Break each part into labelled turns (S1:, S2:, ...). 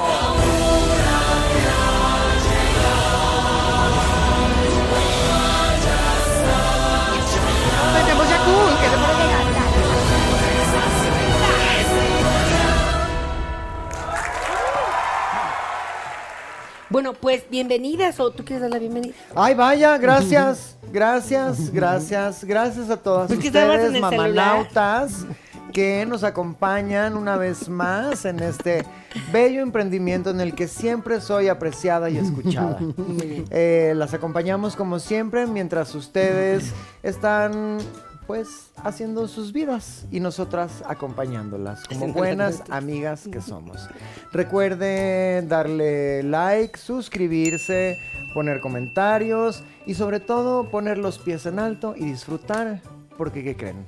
S1: folclore. Metemos jacuzzi, que se pone elegante.
S2: Bueno, pues bienvenidas, o tú quieres dar la bienvenida.
S3: Ay, vaya, gracias, gracias, gracias, gracias a todas
S2: Pues que estabas en
S3: ustedes,
S2: el celular.
S3: mamanautas, que nos acompañan una vez más en este bello emprendimiento en el que siempre soy apreciada y escuchada. Eh, las acompañamos como siempre mientras ustedes están pues haciendo sus vidas y nosotras acompañándolas como buenas amigas que somos. Recuerden darle like, suscribirse, poner comentarios y sobre todo poner los pies en alto y disfrutar porque ¿qué creen?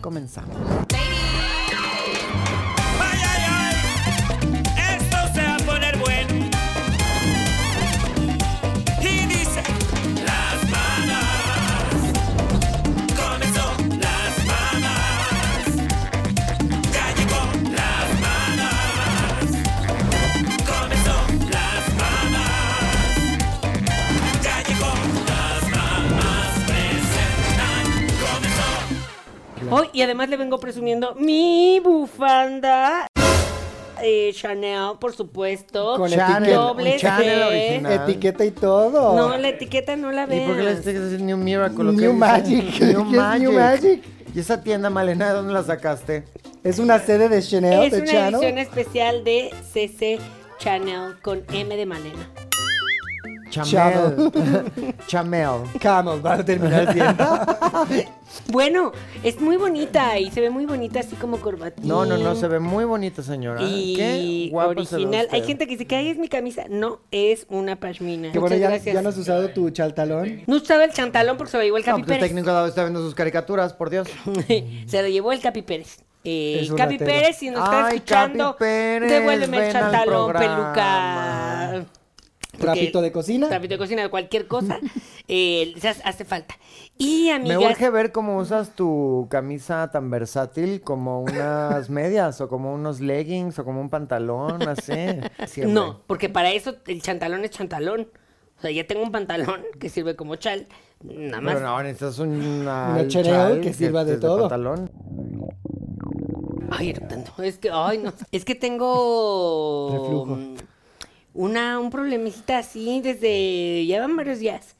S3: Comenzamos.
S4: ¡Ay, ay, ay! Esto se va a poner bueno. Y dice: Las mamas. Comenzó las mamas. Ya llegó las mamas. Comenzó las mamas. Ya llegó las mamas. Presentan. Comenzó.
S2: Hoy, y además le vengo presumiendo mi bufanda eh, Chanel, por supuesto.
S5: Con
S3: Chanel,
S5: etiqueta,
S2: doble
S3: un Chanel
S2: C.
S3: original.
S5: etiqueta y todo.
S2: No, la etiqueta no la
S3: ¿Y por qué le
S2: veas.
S3: tienes que decir New Miracle? ¿O
S5: New
S3: qué dice?
S5: Magic. ¿Qué es New Magic?
S3: ¿Y esa tienda, Malena, de dónde la sacaste?
S5: Es una sede de Chanel,
S2: Es
S5: de
S2: una
S5: Chano.
S2: edición especial de CC Chanel con M de Malena.
S3: Chamel. Chamel.
S5: Camel, va a terminar siendo.
S2: Bueno, es muy bonita y se ve muy bonita así como corbatín.
S3: No, no, no, se ve muy bonita, señora.
S2: Y
S3: Qué guapa se ve
S2: original. Hay
S3: usted.
S2: gente que dice que ahí es mi camisa. No, es una pashmina.
S5: que bueno,
S2: Muchas
S5: ya,
S2: gracias.
S5: ya no has usado tu chaltalón.
S2: No usaba el chantalón porque se lo llevó el
S3: No,
S2: Capi
S3: pues el
S2: Pérez.
S3: técnico está viendo sus caricaturas, por Dios.
S2: se lo llevó el Capi Pérez. Eh,
S5: Es un
S2: Capi
S5: ratero.
S2: Pérez, si nos está
S3: Ay,
S2: escuchando,
S3: Capi Pérez,
S2: devuélveme el
S3: ven al
S2: chantalón,
S3: programa.
S2: peluca. Porque-
S5: Trapito de cocina.
S2: Trapito de cocina, cualquier cosa. eh, se hace- hace falta. Y
S3: Me
S2: amigas.
S3: urge ver cómo usas tu camisa tan versátil como unas medias o como unos leggings o como un pantalón, así. Siempre.
S2: No, porque para eso el chantalón es chantalón. O sea, ya tengo un pantalón que sirve como chal, nada más.
S3: Pero no, necesitas una,
S5: Una
S3: un
S5: Chanel
S3: chal
S5: que sirva de
S3: estés
S5: todo.
S3: pantalón.
S2: Ay, eructando. Es que, ay, no. Es que tengo.
S5: Reflujo.
S2: mm, Una, un problemita así desde. Ya van varios días.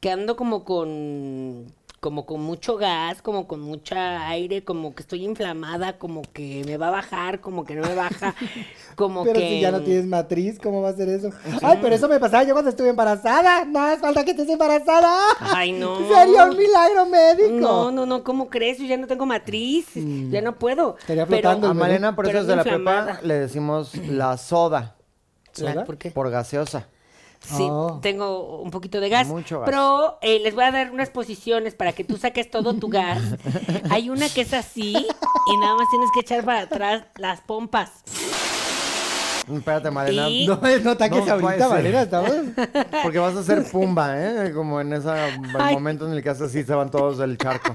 S2: Que ando como con. Como con mucho gas, como con mucha aire, como que estoy inflamada, como que me va a bajar, como que no me baja, como
S5: Pero
S2: que.
S5: si ya no tienes matriz, ¿cómo va a ser eso? Ay, pero eso me pasaba yo cuando estuve embarazada. No hace falta que estés embarazada.
S2: mm, Ay, no.
S5: Sería un milagro médico.
S2: No, no, no, ¿cómo crees? Yo ya no tengo matriz, ya no puedo.
S5: Mm. Estaría
S2: Pero-
S5: flotando
S3: A
S5: el bebé.
S3: Malena, Ah, por eso
S2: Pero
S3: desde la
S2: ando
S3: prepa
S2: inflamada.
S3: le decimos la soda.
S2: La-
S5: ¿Soda?
S2: ¿Por qué?
S3: Por gaseosa.
S2: Sí,
S5: Oh.
S2: tengo un poquito de gas.
S3: Mucho gas.
S2: Pero eh, les voy a dar unas posiciones para que tú saques todo tu gas. Hay una que es así y nada más tienes que echar para atrás las pompas.
S3: Espérate, Malena.
S2: Y-
S5: No, no ataques
S3: No, puede
S5: ahorita,
S3: ser.
S5: Valera, estamos.
S3: Porque vas a ser pumba, ¿eh? Como en ese
S2: Ay.
S3: momento en el que haces así, se van todos del charco.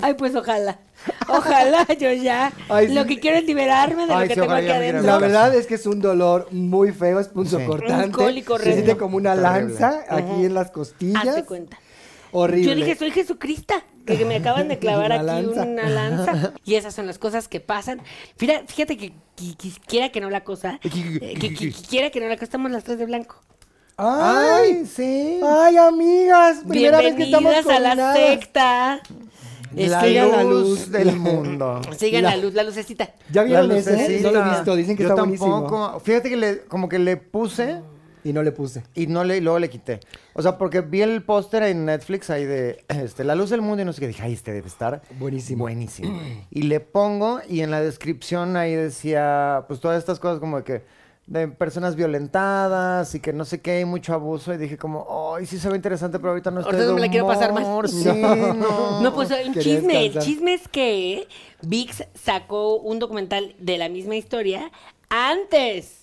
S2: Ay, pues ojalá. Ojalá yo ya.
S5: Ay, sí.
S2: lo que quiero es liberarme de
S3: Ay,
S2: lo que
S3: sí,
S2: tengo
S3: ojalá
S2: aquí
S3: ya me quiera
S2: adentro.
S5: La
S3: Abrazo.
S5: verdad es que es un dolor muy feo, es punzocortante.
S2: Un
S5: Se
S2: cólico horrendo.
S5: siente como una
S3: Terrible.
S5: lanza aquí en las costillas.
S2: Hazte cuenta.
S5: Horrible.
S2: Yo dije, soy Jesucristo, que que me acaban de clavar
S5: Una
S2: aquí
S5: lanza.
S2: una lanza. Y esas son las cosas que pasan. Fíjate, fíjate que, qui- quisiera que no la cosa. eh, que, que- quisiera que no la cosa. Estamos las tres de blanco.
S5: ¡Ay!
S3: sí.
S5: ¡Ay, amigas! Primera vez que estamos
S2: Bienvenidas a la
S5: combinadas.
S2: secta. Eh,
S3: La
S2: sigan
S3: luz,
S5: la luz.
S3: del mundo.
S2: sigan
S5: La-
S2: la, luz, la lucecita.
S3: La
S5: ¿Ya vieron ese? ¿eh?
S3: lucecita.
S5: No lo he visto, dicen que
S3: Yo
S5: está buenísimo.
S3: tampoco. Fíjate que le, como que le puse
S5: Y no le puse.
S3: y no le, y luego le quité. O sea, porque vi el póster en Netflix ahí de este, La luz del mundo y no sé qué. Dije, ay, este debe estar
S5: Buenísimo.
S3: buenísimo. Y le pongo y en la descripción ahí decía, pues todas estas cosas como de que de personas violentadas y que no sé qué, y mucho abuso. Y dije como, ay, sí se ve interesante, pero ahorita no estoy
S2: Ahorita
S3: de
S2: no me la quiero pasar mal.
S3: humor, Sí, no.
S2: No, pues un
S5: quería
S2: chisme. El
S5: descansar.
S2: chisme es que VIX sacó un documental de la misma historia antes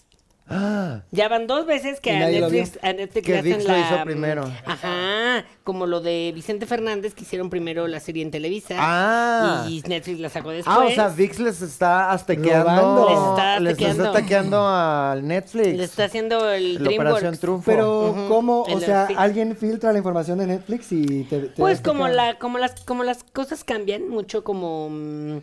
S3: ¡Ah!
S2: Ya van dos veces que
S5: Y
S2: a
S5: nadie lo
S2: Netflix, a Netflix
S3: Que
S2: le hacen
S3: ViX lo
S2: la...
S3: hizo primero.
S2: Ajá, como lo de Vicente Fernández, que hicieron primero la serie en Televisa.
S3: Ah.
S2: Y Netflix la sacó después.
S3: Ah, o sea, VIX les está
S5: Robando.
S3: aztequeando.
S5: Les
S2: está
S3: les
S2: aztequeando.
S3: aztequeando al Netflix.
S2: Le está haciendo el
S3: la operación
S2: DreamWorks.
S3: triunfo.
S5: Pero,
S2: Ujú.
S5: ¿cómo? O
S2: El-
S5: sea,
S2: sí.
S5: alguien filtra la información de Netflix y te. te
S2: Pues
S5: das
S2: como
S5: cuenta?
S2: la, como las, como las cosas cambian mucho, como, mm,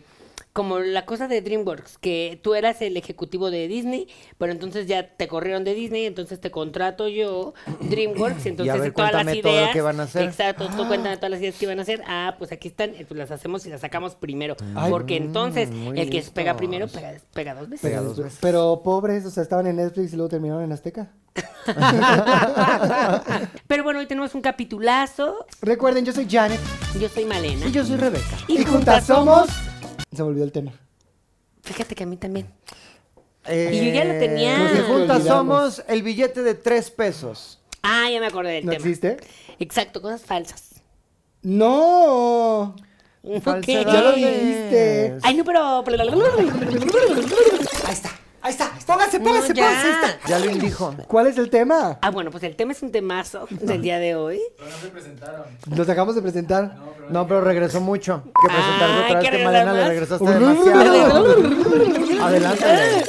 S2: como la cosa de DreamWorks, que tú eras el ejecutivo de Disney, pero entonces ya te corrieron de Disney, entonces te contrato yo, DreamWorks, y entonces
S3: ver,
S2: todas las
S3: cuéntame todo lo
S2: ideas.
S3: que van a hacer. Ah.
S2: Exacto, tú cuéntame todas las ideas que van a hacer. Ah, pues aquí están, eh, pues las hacemos y las sacamos primero.
S3: Mm.
S5: Ay,
S2: porque entonces
S3: muy
S2: el que pega
S3: listos.
S2: primero pega, pega dos veces.
S5: Pero,
S3: Pega dos veces.
S5: pero pobres, o sea, estaban en Netflix y luego terminaron en Azteca.
S2: Pero bueno, hoy tenemos un capitulazo.
S5: Recuerden, yo soy Janet
S2: Yo soy Malena.
S3: Y yo soy Rebeca.
S5: y, juntas somos. Se me olvidó el tema.
S2: Fíjate que a mí también.
S3: Eh,
S2: Y yo ya lo tenía.
S3: Nos juntas
S5: Olvidamos.
S3: somos el billete de tres pesos.
S2: Ah, ya me acordé del
S5: ¿No
S2: tema.
S5: existe?
S2: Exacto, cosas falsas.
S5: ¡No!
S2: Ok.
S3: Falsedades.
S5: Ya lo dijiste.
S2: Ay, no, pero.
S5: Ahí está, ahí está. Póngase, póngase,
S2: No, ya.
S5: póngase. ahí está.
S3: Ya lo dijo.
S5: ¿Cuál es el tema?
S2: Ah, bueno, pues el tema es un temazo del día de hoy.
S5: Nos acabamos de presentar.
S3: No, pero regresó mucho. Que presentarse
S2: Ay,
S3: otra
S2: que
S3: vez que Malena
S2: regresar.
S3: le regresaste demasiado. Adelántale.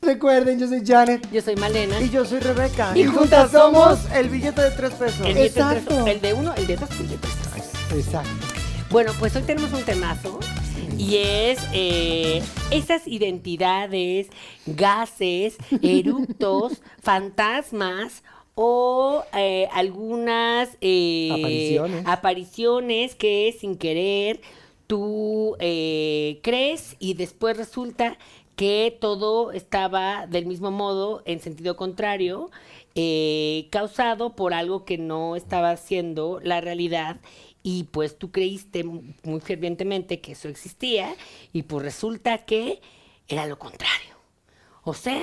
S5: Recuerden, yo soy Janet.
S2: Yo soy Malena.
S3: Y yo soy Rebeca.
S2: Y juntas somos
S3: el billete de tres pesos.
S2: El, billete de tres-
S5: Exacto.
S2: el de uno, el de dos, y el de tres.
S5: Exacto.
S2: Bueno, pues hoy tenemos un temazo. Y es eh, esas identidades, gases, eructos, fantasmas o eh, algunas eh,
S5: Apariciones.
S2: apariciones que sin querer tú eh, crees y después resulta que todo estaba del mismo modo, en sentido contrario, eh, causado por algo que no estaba siendo la realidad y pues tú creíste mu- muy fervientemente que eso existía y pues resulta que era lo contrario. O sea,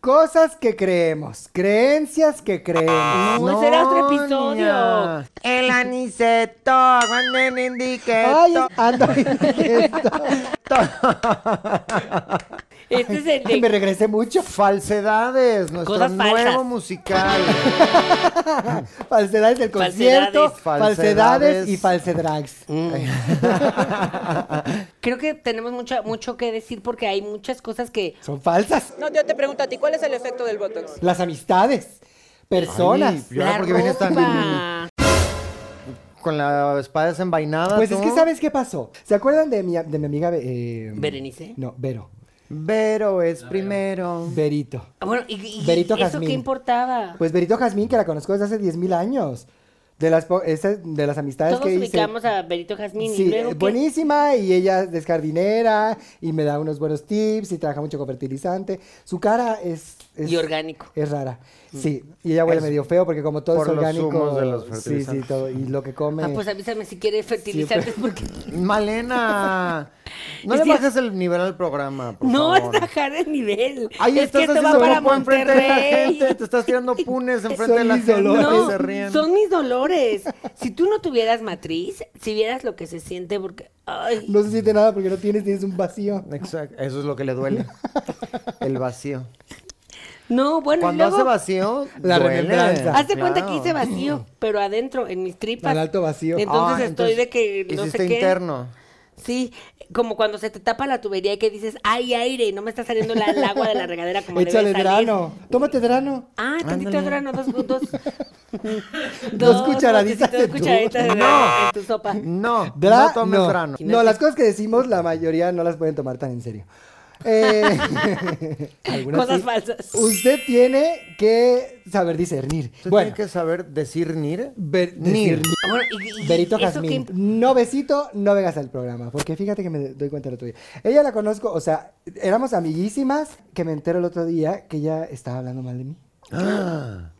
S5: Cosas que creemos, creencias que creemos.
S2: no, será otro episodio.
S3: niña. El aniceto, Juan el
S5: Ay,
S3: indiqueto.
S5: anda esto.
S2: Este es el
S5: Ay,
S2: de
S5: me regresé mucho.
S3: Falsedades, nuestro
S2: Cosas
S3: nuevo
S2: falsas.
S3: musical.
S5: Falsedades del concierto,
S2: Falsedades.
S5: falsedades Mm. y falsedrags.
S2: Creo que tenemos mucha, mucho que decir porque hay muchas cosas que...
S5: Son falsas.
S6: No, yo te pregunto a ti, ¿cuál es el efecto del Botox?
S5: Las amistades, personas.
S3: Ay, ¿Y ahora por qué vienes tan-
S2: ropa.
S3: Con la espada desenvainada.
S5: Pues es
S3: tú.
S5: que ¿sabes qué pasó? ¿Se acuerdan de mi, de mi amiga... eh,
S2: ¿Berenice?
S5: No, Vero.
S3: Vero es primero.
S5: Verito.
S2: Bueno, ¿y, y- y
S5: Berito
S2: eso
S5: Jazmín.
S2: qué importaba?
S5: Pues Verito Jazmín, que la conozco desde hace 10.000 años. De las, po- esa- de las amistades
S2: Todos
S5: que hice.
S2: ubicamos a Berito Jazmín y
S5: Sí,
S2: luego
S5: eh,
S2: qué?
S5: buenísima y ella es jardinera y me da unos buenos tips y trabaja mucho con fertilizante. Su cara es... es-
S2: Y orgánico. Ah, Mm.
S5: Es rara. Sí, y ella huele medio feo porque como todo
S3: por
S5: es
S3: los
S5: orgánico...
S3: zumos de los
S5: sí, sí,
S3: fertilizantes.
S5: todo. Y lo que come...
S2: Ah, pues avísame si quieres fertilizantes porque...
S3: Malena. No
S2: Es
S3: le
S2: que-
S3: bajes el nivel al programa, por
S2: No, es
S3: favor.
S2: bajar el nivel.
S3: Ahí
S2: es que
S3: estás
S2: esto va
S3: haciendo
S2: para
S3: grupo enfrente de la
S2: Monterrey.
S3: gente. Te estás tirando punes enfrente
S5: Son
S3: de la
S5: mis
S3: gente.
S5: dolores.
S3: y
S2: No,
S3: se ríen.
S2: son mis dolores. Si tú no tuvieras matriz, si vieras lo que se siente porque... Ay,
S5: No se siente nada porque no tienes, tienes un vacío.
S3: Exacto. Eso es lo que le duele. El vacío.
S2: no, bueno, y
S3: Cuando hace
S2: luego-
S3: vacío,
S5: La
S3: duele.
S5: remembranza.
S2: Hazte cuenta que
S3: Claro.
S2: hice vacío, pero adentro, en mis tripas.
S5: Al alto vacío.
S3: Ah,
S2: Entonces estoy de que no
S3: hiciste
S2: sé qué.
S3: interno.
S2: Sí, como cuando se te tapa la tubería y que dices, ay, aire, no me está saliendo la- el agua de la regadera como debe
S5: Échale
S2: salir".
S5: drano. Tómate drano.
S2: Ah, tantito
S3: Ándale.
S2: grano, dos, dos, dos,
S5: cucharaditas
S2: dos
S5: de tu-
S2: cucharaditas de
S3: No.
S2: en tu sopa.
S3: No,
S5: Dra-
S3: no tomes
S5: no.
S3: drano.
S5: No, las cosas que decimos, la mayoría no las pueden tomar tan en serio. Eh, algunas
S2: Cosas
S5: sí.
S2: falsas.
S5: Usted tiene que saber discernir.
S3: Usted
S5: bueno,
S3: tiene que saber decir nir.
S5: ver-
S3: Nir.
S5: discernir.
S2: Bueno, y- y-
S5: Berito
S2: ¿eso
S5: Jazmín,
S2: qué imp-
S5: no besito, no vengas al programa, porque fíjate que me doy cuenta el otro día. Ella la conozco, o sea, éramos amiguísimas, que me entero el otro día que ella estaba hablando mal de mí
S3: Ah,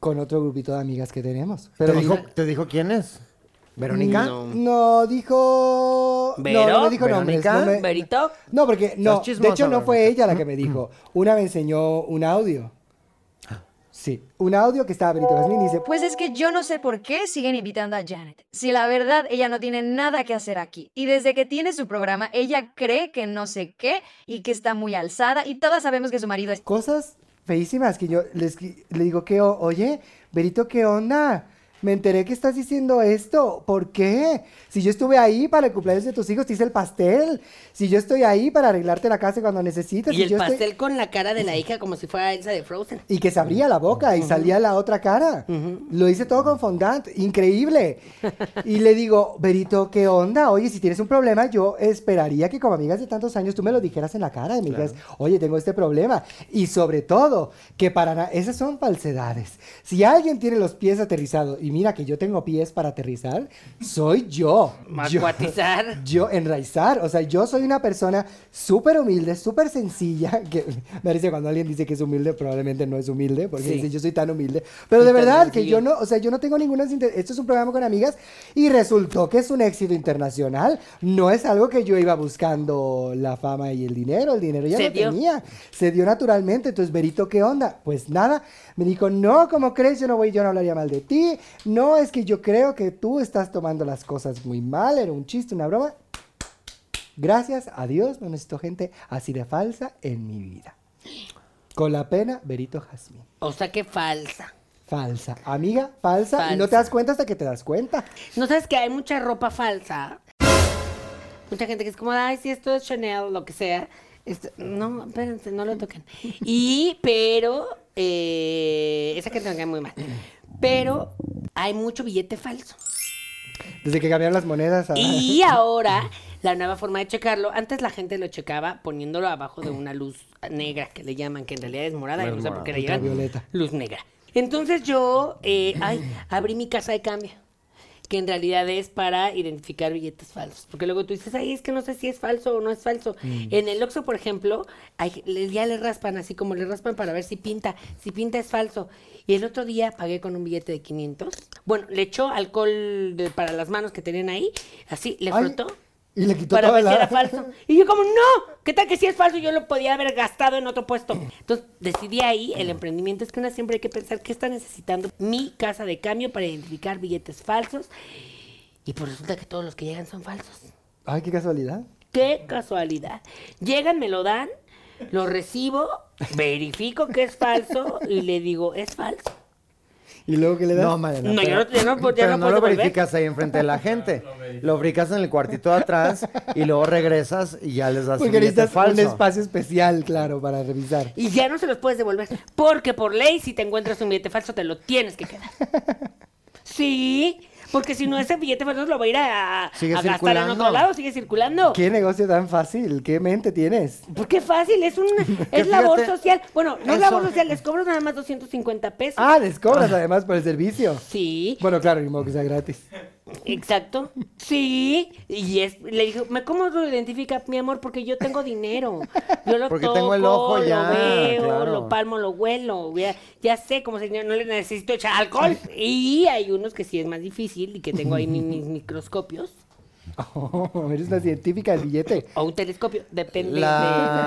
S5: con otro grupito de amigas que tenemos.
S3: ¿te,
S5: Pero
S3: dijo, ¿Te dijo quién es? ¿Verónica?
S2: No.
S5: No, dijo.
S2: ¿Vero?
S5: No, no me dijo
S3: ¿Verónica?
S5: nombres. No, me-
S2: ¿Verito?
S5: No, porque no.
S3: Estás chismosa,
S5: de hecho, no fue
S3: Verónica.
S5: ella la que me dijo. Una me enseñó un audio Sí. Un audio que estaba Benito Gasmín y dice,
S7: Pues es que yo no sé por qué siguen invitando a Janet. Si la verdad ella no tiene nada que hacer aquí. Y desde que tiene su programa, ella cree que no sé qué y que está muy alzada. Y todas sabemos que su marido es
S5: cosas feísimas que yo les, qui- le digo que, o- oye, Berito, ¿qué onda? Me enteré que estás diciendo esto. ¿Por qué? Si yo estuve ahí para el cumpleaños de tus hijos, te hice el pastel. Si yo estoy ahí para arreglarte la casa cuando necesitas.
S2: Y
S5: si
S2: el
S5: yo estoy-
S2: pastel con la cara de la hija como si fuera Elsa de Frozen.
S5: Y que se abría la boca y salía la otra cara. Lo hice todo con fondant. Increíble. y le digo, Berito, ¿qué onda? Oye, si tienes un problema, yo esperaría que como amigas de tantos años tú me lo dijeras en la cara y me dijeras, oye, tengo este problema. Y sobre todo, que para nada, esas son falsedades. Si alguien tiene los pies aterrizados, y mira que yo tengo pies para aterrizar, soy yo. Yo-
S2: Macuatizar.
S5: yo enraizar, o sea, yo soy una persona súper humilde, súper sencilla, que me parece cuando alguien dice que es humilde, probablemente no es humilde, porque
S2: Sí.
S5: dice yo soy tan humilde, pero de
S2: Y tan
S5: verdad que
S2: sencillo.
S5: yo no, o sea, yo no tengo ninguna, inte- esto es un programa con amigas y resultó que es un éxito internacional, no es algo que yo iba buscando la fama y el dinero, el dinero ya
S2: Se
S5: lo
S2: dio.
S5: tenía, se dio naturalmente, entonces Berito, ¿qué onda? Pues nada, me dijo, no, ¿cómo crees? Yo no voy, yo no hablaría mal de ti, no, es que yo creo que tú estás tomando las cosas muy mal, era un chiste, una broma, Gracias a Dios no necesito gente así de falsa en mi vida. Con la pena, Berito Jazmín.
S2: O sea, que falsa.
S5: Falsa. Amiga, falsa. Y no te
S2: Falsa.
S5: das cuenta hasta que te das cuenta.
S2: ¿No sabes que hay mucha ropa falsa? Mucha gente que es como, ay, si esto es Chanel, lo que sea. Esto- no, espérense, no lo toquen. Y, pero, eh, esa gente me cae muy mal. Pero hay mucho billete falso.
S5: Desde que cambiaron las monedas a...
S2: Y ahora, la nueva forma de checarlo, antes la gente lo checaba poniéndolo abajo de una luz negra que le llaman, que en realidad es morada, y no sé por qué le llaman
S5: ultravioleta.
S2: luz negra. Entonces yo eh, ay, abrí mi casa de cambio, que en realidad es para identificar billetes falsos. Porque luego tú dices, ay, es que no sé si es falso o no es falso. En el Oxxo, por ejemplo, hay- le- ya le raspan, así como le raspan para ver si pinta. Si pinta es falso. Y el otro día pagué con un billete de 500. Bueno, le echó alcohol de- para las manos que tenían ahí, así, le
S5: Ay,
S2: frotó.
S5: y le quitó
S2: Para
S5: toda
S2: ver si
S5: la-
S2: era falso. Y yo como, no, ¿qué tal que si es falso? Yo lo podía haber gastado en otro puesto. Entonces decidí ahí, el emprendimiento es que una siempre hay que pensar qué está necesitando mi casa de cambio para identificar billetes falsos. Y pues resulta que todos los que llegan son falsos.
S5: Ay, qué casualidad.
S2: Qué casualidad. Llegan, me lo dan, lo recibo, verifico que es falso y le digo, es falso.
S5: Y luego que le das...
S3: No, Mariana,
S2: No, yo
S3: pero-
S2: no- yo no- yo
S3: pero
S2: no
S3: no
S2: puedo
S3: lo
S2: volver.
S3: verificas ahí enfrente de la gente. Lo verificas en el cuartito de atrás y luego regresas y ya les das un
S5: Porque
S3: billete
S5: necesitas un
S3: falso.
S5: espacio especial, claro, para revisar.
S2: Y ya no se los puedes devolver. Porque por ley, si te encuentras un billete falso, te lo tienes que quedar. Sí, porque si no, ese billete falso lo va a ir a, a
S3: Sigue
S2: gastar en
S3: circulando.
S2: otro lado, sigue circulando.
S5: ¿Qué negocio tan fácil? ¿Qué mente tienes?
S2: Pues qué fácil, es una,
S3: Que
S2: es labor
S3: fíjate,
S2: social. Bueno, no es labor
S3: eso-
S2: social, les cobro nada más 250 pesos.
S5: Ah, les cobras además por el servicio.
S2: Sí,
S5: Bueno, claro, ni modo que sea gratis.
S2: exacto. Sí, y es, le dijo, ¿me cómo lo identifica mi amor? Porque yo tengo dinero. Yo lo
S3: Porque
S2: toco,
S3: tengo el ojo ya,
S2: lo veo,
S3: claro.
S2: lo palmo, lo huelo. Ya, ya sé cómo se no le necesito echar alcohol. Y hay unos que sí es más difícil y que tengo ahí mi- mis, microscopios
S5: Oh, eres una científica del billete.
S2: o un telescopio, depende de la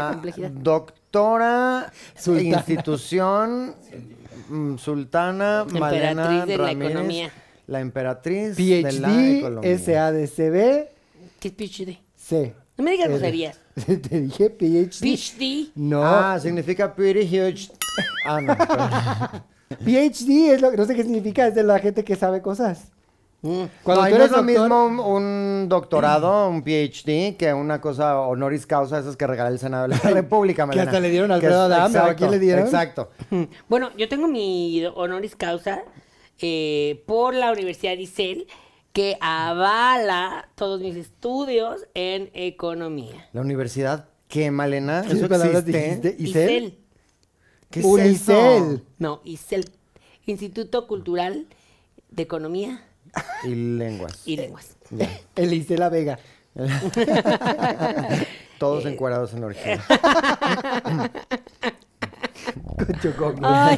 S3: La
S2: complejidad.
S3: doctora
S5: Sultana.
S3: institución mm, sultana Malena
S2: Emperatriz de la
S3: Ramírez,
S2: economía.
S3: la emperatriz de la
S5: PhD,
S3: economía.
S5: SADCB,
S2: ¿Qué es PhD?
S5: C.
S2: No me digas
S5: R.
S2: groserías.
S5: Te dije PhD.
S2: PhD.
S5: No.
S3: Ah, significa pretty huge. Ah, no. perdón.
S5: PhD es lo que no sé qué significa, es de la gente que sabe cosas. Cuando
S3: No, y
S5: tú
S3: no
S5: eres
S3: es lo
S5: doctor-
S3: mismo un, un doctorado, un PhD, que una cosa honoris causa, esas que regala el Senado de la República,
S5: Que
S3: Malena.
S5: hasta le dieron a
S3: Que
S5: Alfredo
S3: es-
S5: Adame, ¿o a quién le dieron?
S3: Exacto.
S2: Bueno, yo tengo mi honoris causa eh, por la Universidad de ISEL que avala todos mis estudios en economía.
S3: La universidad, ¿qué, Malena?
S5: ¿Qué
S3: ¿Eso
S5: palabras
S3: existe?
S5: dijiste? ¿Isel?
S3: ¿Qué es
S5: Unicel.
S3: eso?
S2: No, ISEL, Instituto Cultural de Economía
S3: Y lenguas.
S2: y Lenguas.
S5: El Isel La Vega.
S2: eh,
S3: Todos encuadrados en la orgía.
S5: Con chocongo.
S2: Ay,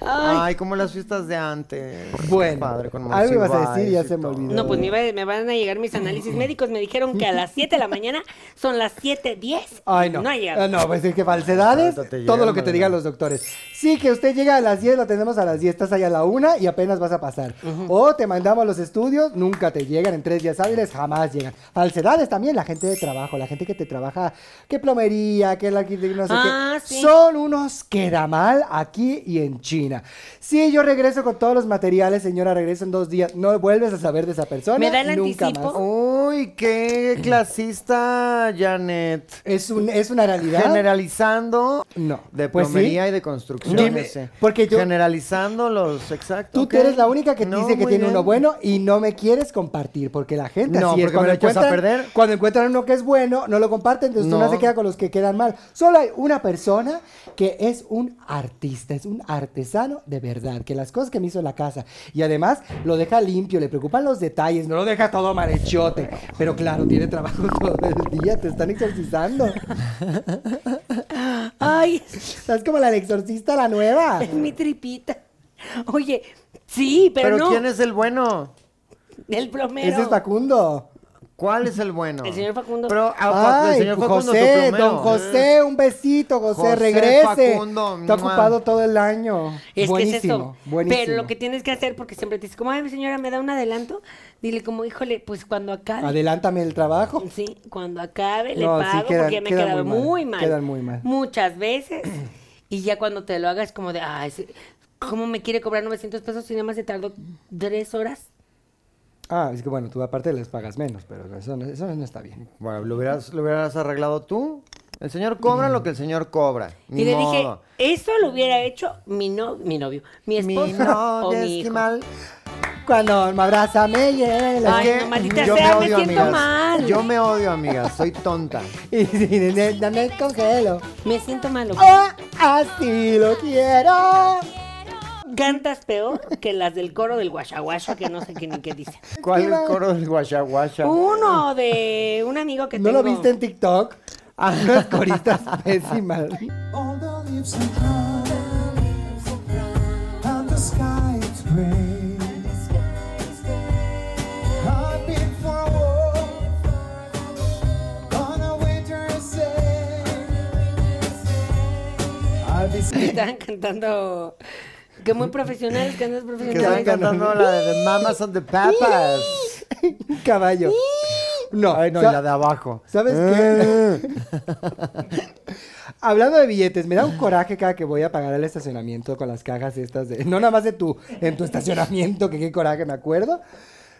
S2: ay.
S3: Ay, como las fiestas de antes.
S5: Bueno,
S3: padre, con
S5: algo ibas a
S3: Monsiváis
S5: decir y ya
S3: y
S5: se me
S3: todo.
S5: olvidó.
S2: No, pues me, iba- me van a llegar mis análisis médicos. Me dijeron que a las 7 de la mañana son las 7.10.
S5: Ay, no.
S2: No ha llegado.
S5: Ah, No, pues es que falsedades,
S3: Ahorita te
S5: todo
S3: llegan,
S5: lo que te
S3: ¿verdad?
S5: digan los doctores. Sí, que usted llega a las 10, lo tenemos a las 10, estás ahí a la 1 y apenas vas a pasar. O te mandamos los estudios, nunca te llegan, en tres días hábiles jamás llegan. Falsedades también, la gente de trabajo, la gente que te trabaja, que plomería, que la arquitectura, no sé
S2: Ah,
S5: qué.
S2: sí.
S5: Son unos queda mal aquí y en China. Sí, yo regreso con todos los materiales, señora, regreso en dos días. No vuelves a saber de esa persona.
S2: ¿Me da el
S5: nunca
S2: anticipo?
S5: más.
S3: Uy, qué clasista, Janet.
S5: Es, un, es una realidad.
S3: Generalizando
S5: No.
S3: de
S5: Pues sí.
S3: plomería y de construcción.
S5: Dime,
S3: ese.
S5: porque yo-
S3: Generalizando los exactos.
S5: Tú
S3: ok.
S5: que eres la única que
S3: No,
S5: dice que
S3: muy
S5: tiene
S3: bien.
S5: uno bueno y no me quieres compartir, porque la gente
S3: No,
S5: así es.
S3: porque me lo echas a perder.
S5: cuando encuentran uno que es bueno, no lo comparten, entonces uno
S3: No.
S5: se queda con los que quedan mal. Solo hay una persona que es un artista, es un artesano de verdad, que las cosas que me hizo en la casa y además lo deja limpio, le preocupan los detalles, no lo deja todo marechote. Pero claro, tiene trabajo todo el día, te están exorcizando.
S2: Ay,
S5: ¿Sabes como la del exorcista, la nueva?
S2: es mi tripita. Oye, sí, pero,
S3: Pero
S2: no.
S3: ¿quién es el bueno?
S2: El plomero.
S5: Ese es Facundo.
S3: ¿Cuál es el bueno?
S2: El señor Facundo.
S3: Pero, ah,
S5: Ay,
S3: el señor Facundo, tu
S5: José,
S3: plomero.
S5: don José, un besito, José,
S3: José
S5: regrese.
S3: Facundo,
S5: Está
S3: mua.
S5: ocupado todo el año.
S2: Es que es
S5: buenísimo,
S2: eso.
S5: buenísimo.
S2: Pero lo que tienes que hacer, porque siempre te dice, como, ay, señora, ¿me da un adelanto? Dile como, híjole, pues cuando acabe.
S5: Adelántame el trabajo.
S2: Sí, cuando acabe le
S5: No, sí,
S2: pago
S5: quedan-
S2: porque ya me he
S5: quedan
S2: quedado
S5: muy mal,
S2: muy mal.
S5: quedan muy mal.
S2: Muchas veces. Y ya cuando te lo hagas como de, ay, sí, ¿cómo me quiere cobrar 900 pesos si nada más se tardó tres horas?
S5: Ah, es que bueno, tú aparte les pagas menos, pero eso no, eso no está bien.
S3: Bueno, lo hubieras, lo hubieras arreglado tú. El señor cobra lo que el señor cobra. Ni
S2: y le dije,
S3: modo.
S2: eso lo hubiera hecho mi, no, mi novio, mi
S3: Mi
S2: esposo o
S3: novia
S2: mi hijo.
S3: esquimal.
S5: Cuando me abraza, me lleva.
S2: Ay,
S3: Es que
S2: no, maldita
S3: yo
S2: sea,
S3: me
S2: me
S3: odio,
S2: siento
S3: amigas.
S2: mal.
S3: Yo me odio, amigas. Soy tonta.
S5: Y si me- me congelo.
S2: Me siento malo.
S5: Oh, así lo quiero.
S2: Cantas peor que las del coro del guachaguacha que no sé qué ni qué dicen.
S3: ¿Cuál es el coro del guachaguacha?
S2: Uno de un amigo que
S5: ¿No lo
S2: tengo.
S5: viste en TikTok? A unas coristas pésimas.
S2: Estaban cantando que muy profesionales, que andas
S3: Que están
S2: profesionales.
S3: cantando la de Mamas on the Papas.
S5: Caballo. No,
S3: Ay, no, y
S5: sa-
S3: la de abajo. Eh.
S5: ¿Sabes qué? Hablando de billetes, me da un coraje cada que voy a pagar el estacionamiento con las cajas estas de... No nada más de tu, en tu estacionamiento, que qué coraje, me acuerdo.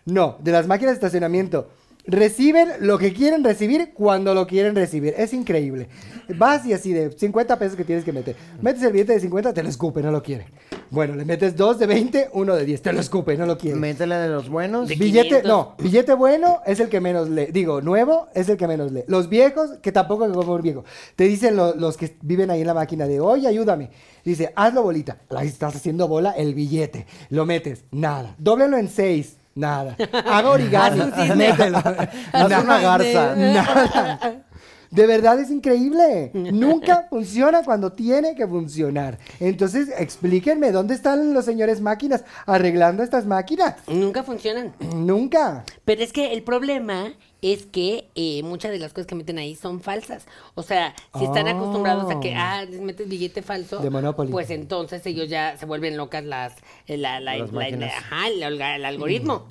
S5: No, de las máquinas de estacionamiento. Reciben lo que quieren recibir cuando lo quieren recibir. Es increíble. Vas y así de 50 pesos que tienes que meter. Metes el billete de 50, te lo escupe, no lo quiere. Bueno, le metes dos de 20, uno de 10, te lo escupe, no lo quiere.
S3: Métele de los buenos.
S2: De-
S5: Billete,
S2: 500.
S5: no, billete bueno es el que menos lee. Digo, nuevo es el que menos lee. Los viejos, que tampoco es como un viejo. Te dicen lo- los que viven ahí en la máquina de, oye, ayúdame. Dice, hazlo bolita. Ahí estás haciendo bola el billete. Lo metes, nada. Dóblelo en seis, nada. Haga origami, mételo.
S3: Haz
S5: Nada.
S3: una garza.
S5: Nada. De verdad es increíble. Nunca funciona cuando tiene que funcionar. Entonces, explíquenme, ¿dónde están los señores máquinas arreglando estas máquinas?
S2: Nunca funcionan.
S5: Nunca.
S2: Pero es que el problema es que eh, muchas de las cosas que meten ahí son falsas. O sea, si están
S5: Ah.
S2: acostumbrados a que, ah, les metes billete falso.
S5: De Monopoly.
S2: Pues entonces ellos ya se vuelven locas las, eh, la, la-
S3: Las
S2: la-
S3: máquinas.
S2: ajá, el, alga- el algoritmo.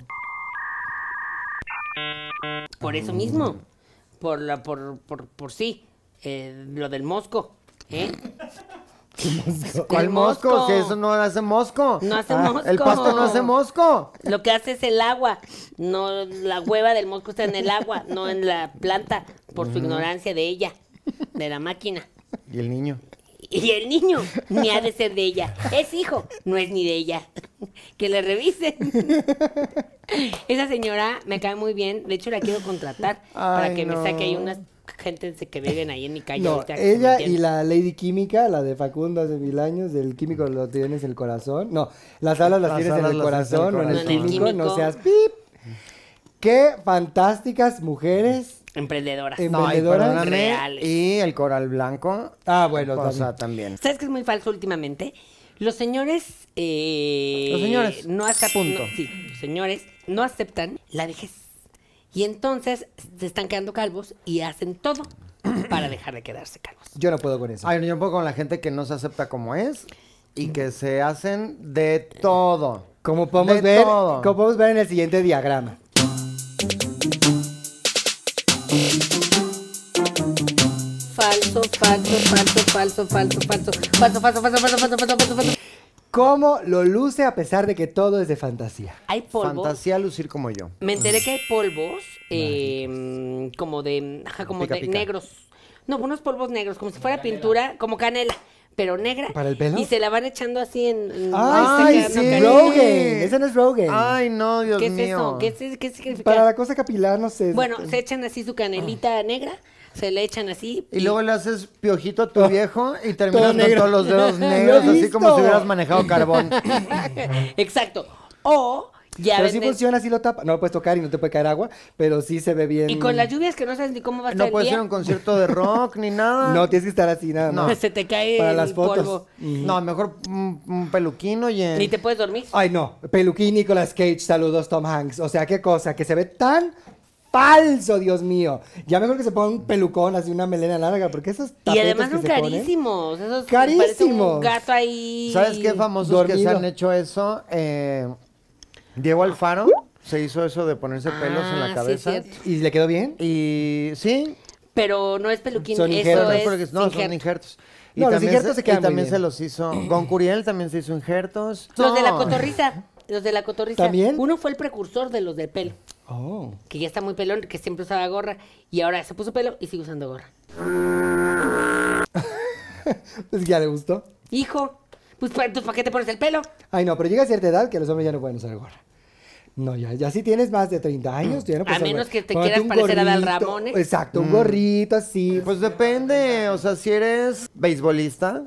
S2: Por eso mismo. Por, la, por, por, por sí. eh, lo del mosco. ¿eh?
S3: ¿Cuál
S2: El
S3: mosco?
S2: mosco.
S3: Si eso no hace mosco. Ah,
S2: No hace mosco.
S3: El pasto no hace mosco.
S2: Lo que hace es el agua, no la hueva del mosco está en el agua, no en la planta, por su ignorancia de ella, de la máquina.
S3: Y el niño.
S2: Y el niño ni ha de ser de ella, es hijo, no es ni de ella. Que le revisen. Esa señora me cae muy bien, de hecho la quiero contratar para
S3: Ay,
S2: que
S3: no.
S2: me saque ahí unas gentes que viven ahí en mi calle.
S5: No,
S2: ahorita que se
S5: ella y
S2: metieron.
S5: la Lady Química, la de Facundo hace mil años, del químico lo tienes en el corazón. No, las alas las,
S3: Las
S5: tienes en
S3: alas
S5: el
S3: las tienes
S5: corazón, no en el, químico, no
S2: químico.
S5: seas pip. Qué fantásticas mujeres
S2: Emprendedoras.
S5: Em-
S3: No, y
S5: Vendedoras
S3: perdóname,
S2: reales.
S3: Y el coral blanco.
S5: Ah, bueno,
S3: cosa también.
S2: ¿Sabes qué es muy falso últimamente? Los señores. eh,
S3: Los señores.
S2: No aceptan.
S3: Punto.
S2: sí, los señores no aceptan la vejez. Y entonces se están quedando calvos y hacen todo para dejar de quedarse calvos.
S5: Yo no puedo con eso.
S3: Ay, no, yo un poco con la gente que no se acepta como es y que se hacen de todo.
S5: como podemos
S3: de
S5: ver,
S3: todo.
S5: como podemos ver en el siguiente diagrama.
S2: Falso, falso, falso, falso, falso, falso. Falso, falso, falso, falso, falso, falso, falso, falso.
S5: ¿Cómo lo luce a pesar de que todo es de fantasía?
S2: Hay polvo.
S3: Fantasía lucir como yo.
S2: Me enteré que hay polvos eh, mm, como de, ajá, como
S3: Pica,
S2: de
S3: pica.
S2: negros. No, unos polvos negros, como si fuera pintura, como canela, pero negra.
S5: ¿Para el pelo?
S2: Y se la van echando así en... en-
S5: Ay,
S2: ahí
S3: sí.
S2: se queda, ¿no, Karen?
S5: Rogen. Ese no es Rogen.
S3: Ay, no, Dios
S2: ¿Qué es eso?
S3: mío.
S2: ¿Qué, es- qué significa?
S5: Para la cosa capilar, no sé.
S2: Bueno, se echan así su canelita negra, se le echan así.
S3: Y luego le haces piojito a tu viejo y terminas con
S5: negro.
S3: todos los dedos
S5: Lo he
S3: negros, así como
S5: visto.
S3: si hubieras manejado carbón.
S2: Exacto. O ya
S5: Pero sí
S2: venden-
S5: funciona, sí lo tapa. No lo puedes tocar y no te puede caer agua, pero sí se ve bien.
S2: Y con las lluvias que no sabes ni cómo va a estar
S3: No
S2: el
S3: puede
S2: día,
S3: ser un concierto de rock ni nada.
S5: No, tienes que estar así nada
S3: No.
S5: más.
S2: se te cae
S5: Para
S2: el
S5: las fotos.
S2: polvo.
S3: No, mejor un, un peluquino y en-
S2: Ni te puedes dormir.
S5: Ay, no. Peluquín, Nicolas Cage, saludos, Tom Hanks. O sea, qué cosa, que se ve tan falso, Dios mío. Ya mejor que se ponga un pelucón, así una melena larga, porque esos
S2: Y
S5: tapetes
S2: además
S5: que
S2: son
S5: se ponen-
S2: carísimos. Esos parece un
S5: Carísimos.
S2: gato ahí.
S3: ¿Sabes qué famosos que se
S5: dormido.
S3: han hecho eso? Eh, Diego Alfaro se hizo eso de ponerse pelos en
S2: Ah, sí,
S3: la cabeza.
S2: cierto.
S5: ¿Y le quedó bien?
S3: y sí,
S2: Pero no es peluquín,
S5: Son
S2: eso
S5: injertos,
S2: es.
S3: porque- no, son
S2: injerto.
S3: injertos. Y
S5: No, los
S3: también
S5: injertos
S3: se,
S5: se quedan
S3: y
S5: muy
S3: también
S5: bien.
S3: se los hizo. Con Curiel también se hizo injertos.
S2: Los de la
S3: No.
S2: cotorriza. Los de la cotorriza.
S5: ¿También?
S2: Uno fue el precursor de los de pelo,
S5: Oh.
S2: que ya está muy pelón, que siempre usaba gorra. Y ahora se puso pelo y sigue usando gorra.
S5: Pues ya le gustó.
S2: Hijo, pues ¿para, entonces, ¿para qué te pones el pelo?
S5: Ay, no, pero llega a cierta edad que los hombres ya no pueden usar gorra. No, ya, ya si tienes más de 30 años, tú ya no puedes
S2: A
S5: usar
S2: menos
S5: gorra.
S2: que te
S5: Ponte
S2: quieras
S5: un
S2: parecer a Adal
S5: gorrito,
S2: Ramones.
S5: Exacto, un gorrito así.
S3: Pues depende, o sea, si eres beisbolista,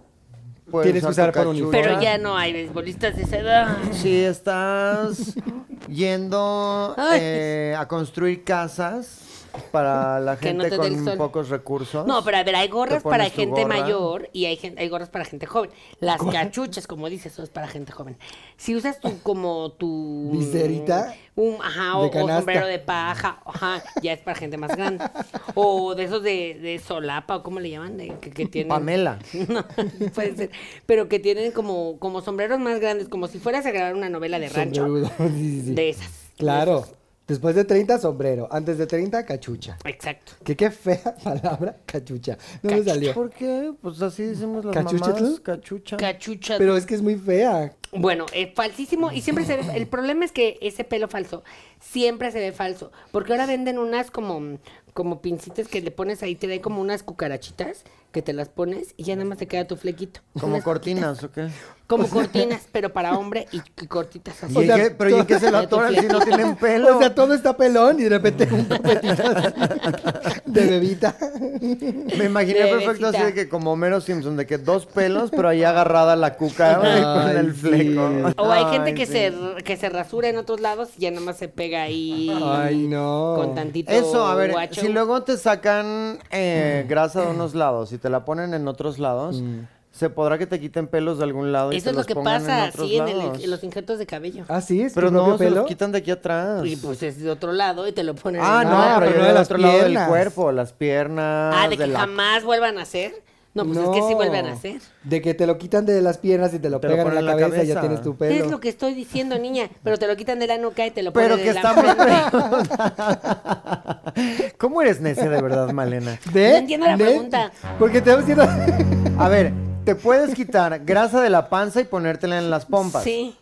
S3: puedes
S5: Tienes que usar
S3: tu
S5: por
S3: cachucha.
S5: uniforme.
S2: Pero ya no hay beisbolistas de esa edad.
S3: Si estás yendo
S2: Ay.
S3: eh, a construir casas para la
S2: Que no
S3: gente
S2: te dé el sol.
S3: con pocos recursos.
S2: No, pero a ver, hay gorras
S3: te
S2: para
S3: pones tu
S2: gente
S3: gorra.
S2: mayor y hay, gen- hay gorras para gente joven. Las cachuchas, como dices, son para gente joven. Si usas tu, como tu... mm,
S5: ¿Viserita?
S2: Un, ajá, o,
S5: De
S2: o
S5: canasta.
S2: sombrero de paja, ajá, ya es para gente más grande. O de esos de, de solapa, o cómo le llaman, de- que, que tienen...
S3: Pamela.
S2: No, puede ser. Pero que tienen como, como sombreros más grandes, como si fueras a grabar una novela de rancho.
S5: Sombrerudo, sí, sí, sí.
S2: De esas.
S5: Claro. Después de 30, sombrero. Antes de 30, cachucha.
S2: Exacto.
S5: Que qué fea palabra, cachucha. No me salió.
S3: ¿Por qué? Pues así decimos las
S5: ¿Cachuchetl?
S3: mamás. Cachucha.
S2: Cachucha.
S5: Pero es que es muy fea.
S2: Bueno, es falsísimo y siempre se ve, el problema es que ese pelo falso siempre se ve falso, porque ahora venden unas como como pincitas que le pones ahí, te da como unas cucarachitas que te las pones y ya nada más te queda tu flequito.
S3: Como
S2: Unas-
S3: cortinas, ¿o qué?
S2: como cortinas, pero para hombre y, y cortitas así.
S3: ¿Y en
S5: sea,
S3: qué- pero ¿y en qué se lo atoran si no tienen pelo?
S5: O sea, todo está pelón y de repente un copetito así de bebita.
S3: Me imaginé perfecto
S2: Bebecita.
S3: así de que como Homero Simpson, de que dos pelos, pero ahí agarrada la cuca
S5: Ay,
S3: con el
S5: sí.
S3: fleco.
S2: O hay
S3: Ay,
S2: gente que
S3: sí.
S2: se r- que se rasura en otros lados y ya nada más se pega ahí
S5: Ay, no.
S2: con tantito
S3: Eso, a ver,
S2: guacho.
S3: si luego te sacan eh,
S5: Mm.
S3: grasa de unos lados y te la ponen en otros lados, se podrá que te quiten pelos de algún lado y
S2: Eso
S3: te
S2: es lo
S3: los
S2: que
S3: pongan
S2: pasa
S3: en otros
S2: sí, en, el-
S3: lados.
S2: en los injertos de cabello.
S5: Ah, sí, es
S3: Pero
S5: tu
S3: no,
S5: propio
S3: se
S5: pelo.
S3: los quitan de aquí atrás.
S2: Y pues es de otro lado y te lo ponen
S3: ah,
S2: en
S3: no,
S5: Ah,
S2: otro
S3: pero
S5: pero
S3: yo
S5: no de
S3: del
S5: las
S3: otro lado del
S5: piernas.
S3: cuerpo, las piernas.
S2: Ah, de que
S3: la-
S2: jamás vuelvan a hacer. No, pues es que sí vuelven a hacer.
S5: De que te lo quitan de las piernas y te lo
S3: Te lo
S5: pegan
S3: ponen
S5: en la cabeza, y ya
S3: cabeza.
S5: tienes tu pelo.
S2: ¿Qué es lo que estoy diciendo, niña? Pero te lo quitan de la nuca y te lo
S3: Pero
S2: ponen
S3: que
S2: en la
S3: estamos
S2: frente.
S3: preguntando. ¿Cómo eres necia de verdad, Malena?
S5: ¿De?
S2: No entiendo la
S5: ¿De?
S2: pregunta.
S5: Porque te vas diciendo.
S3: A ver, te puedes quitar grasa de la panza y ponértela en las pompas.
S2: Sí.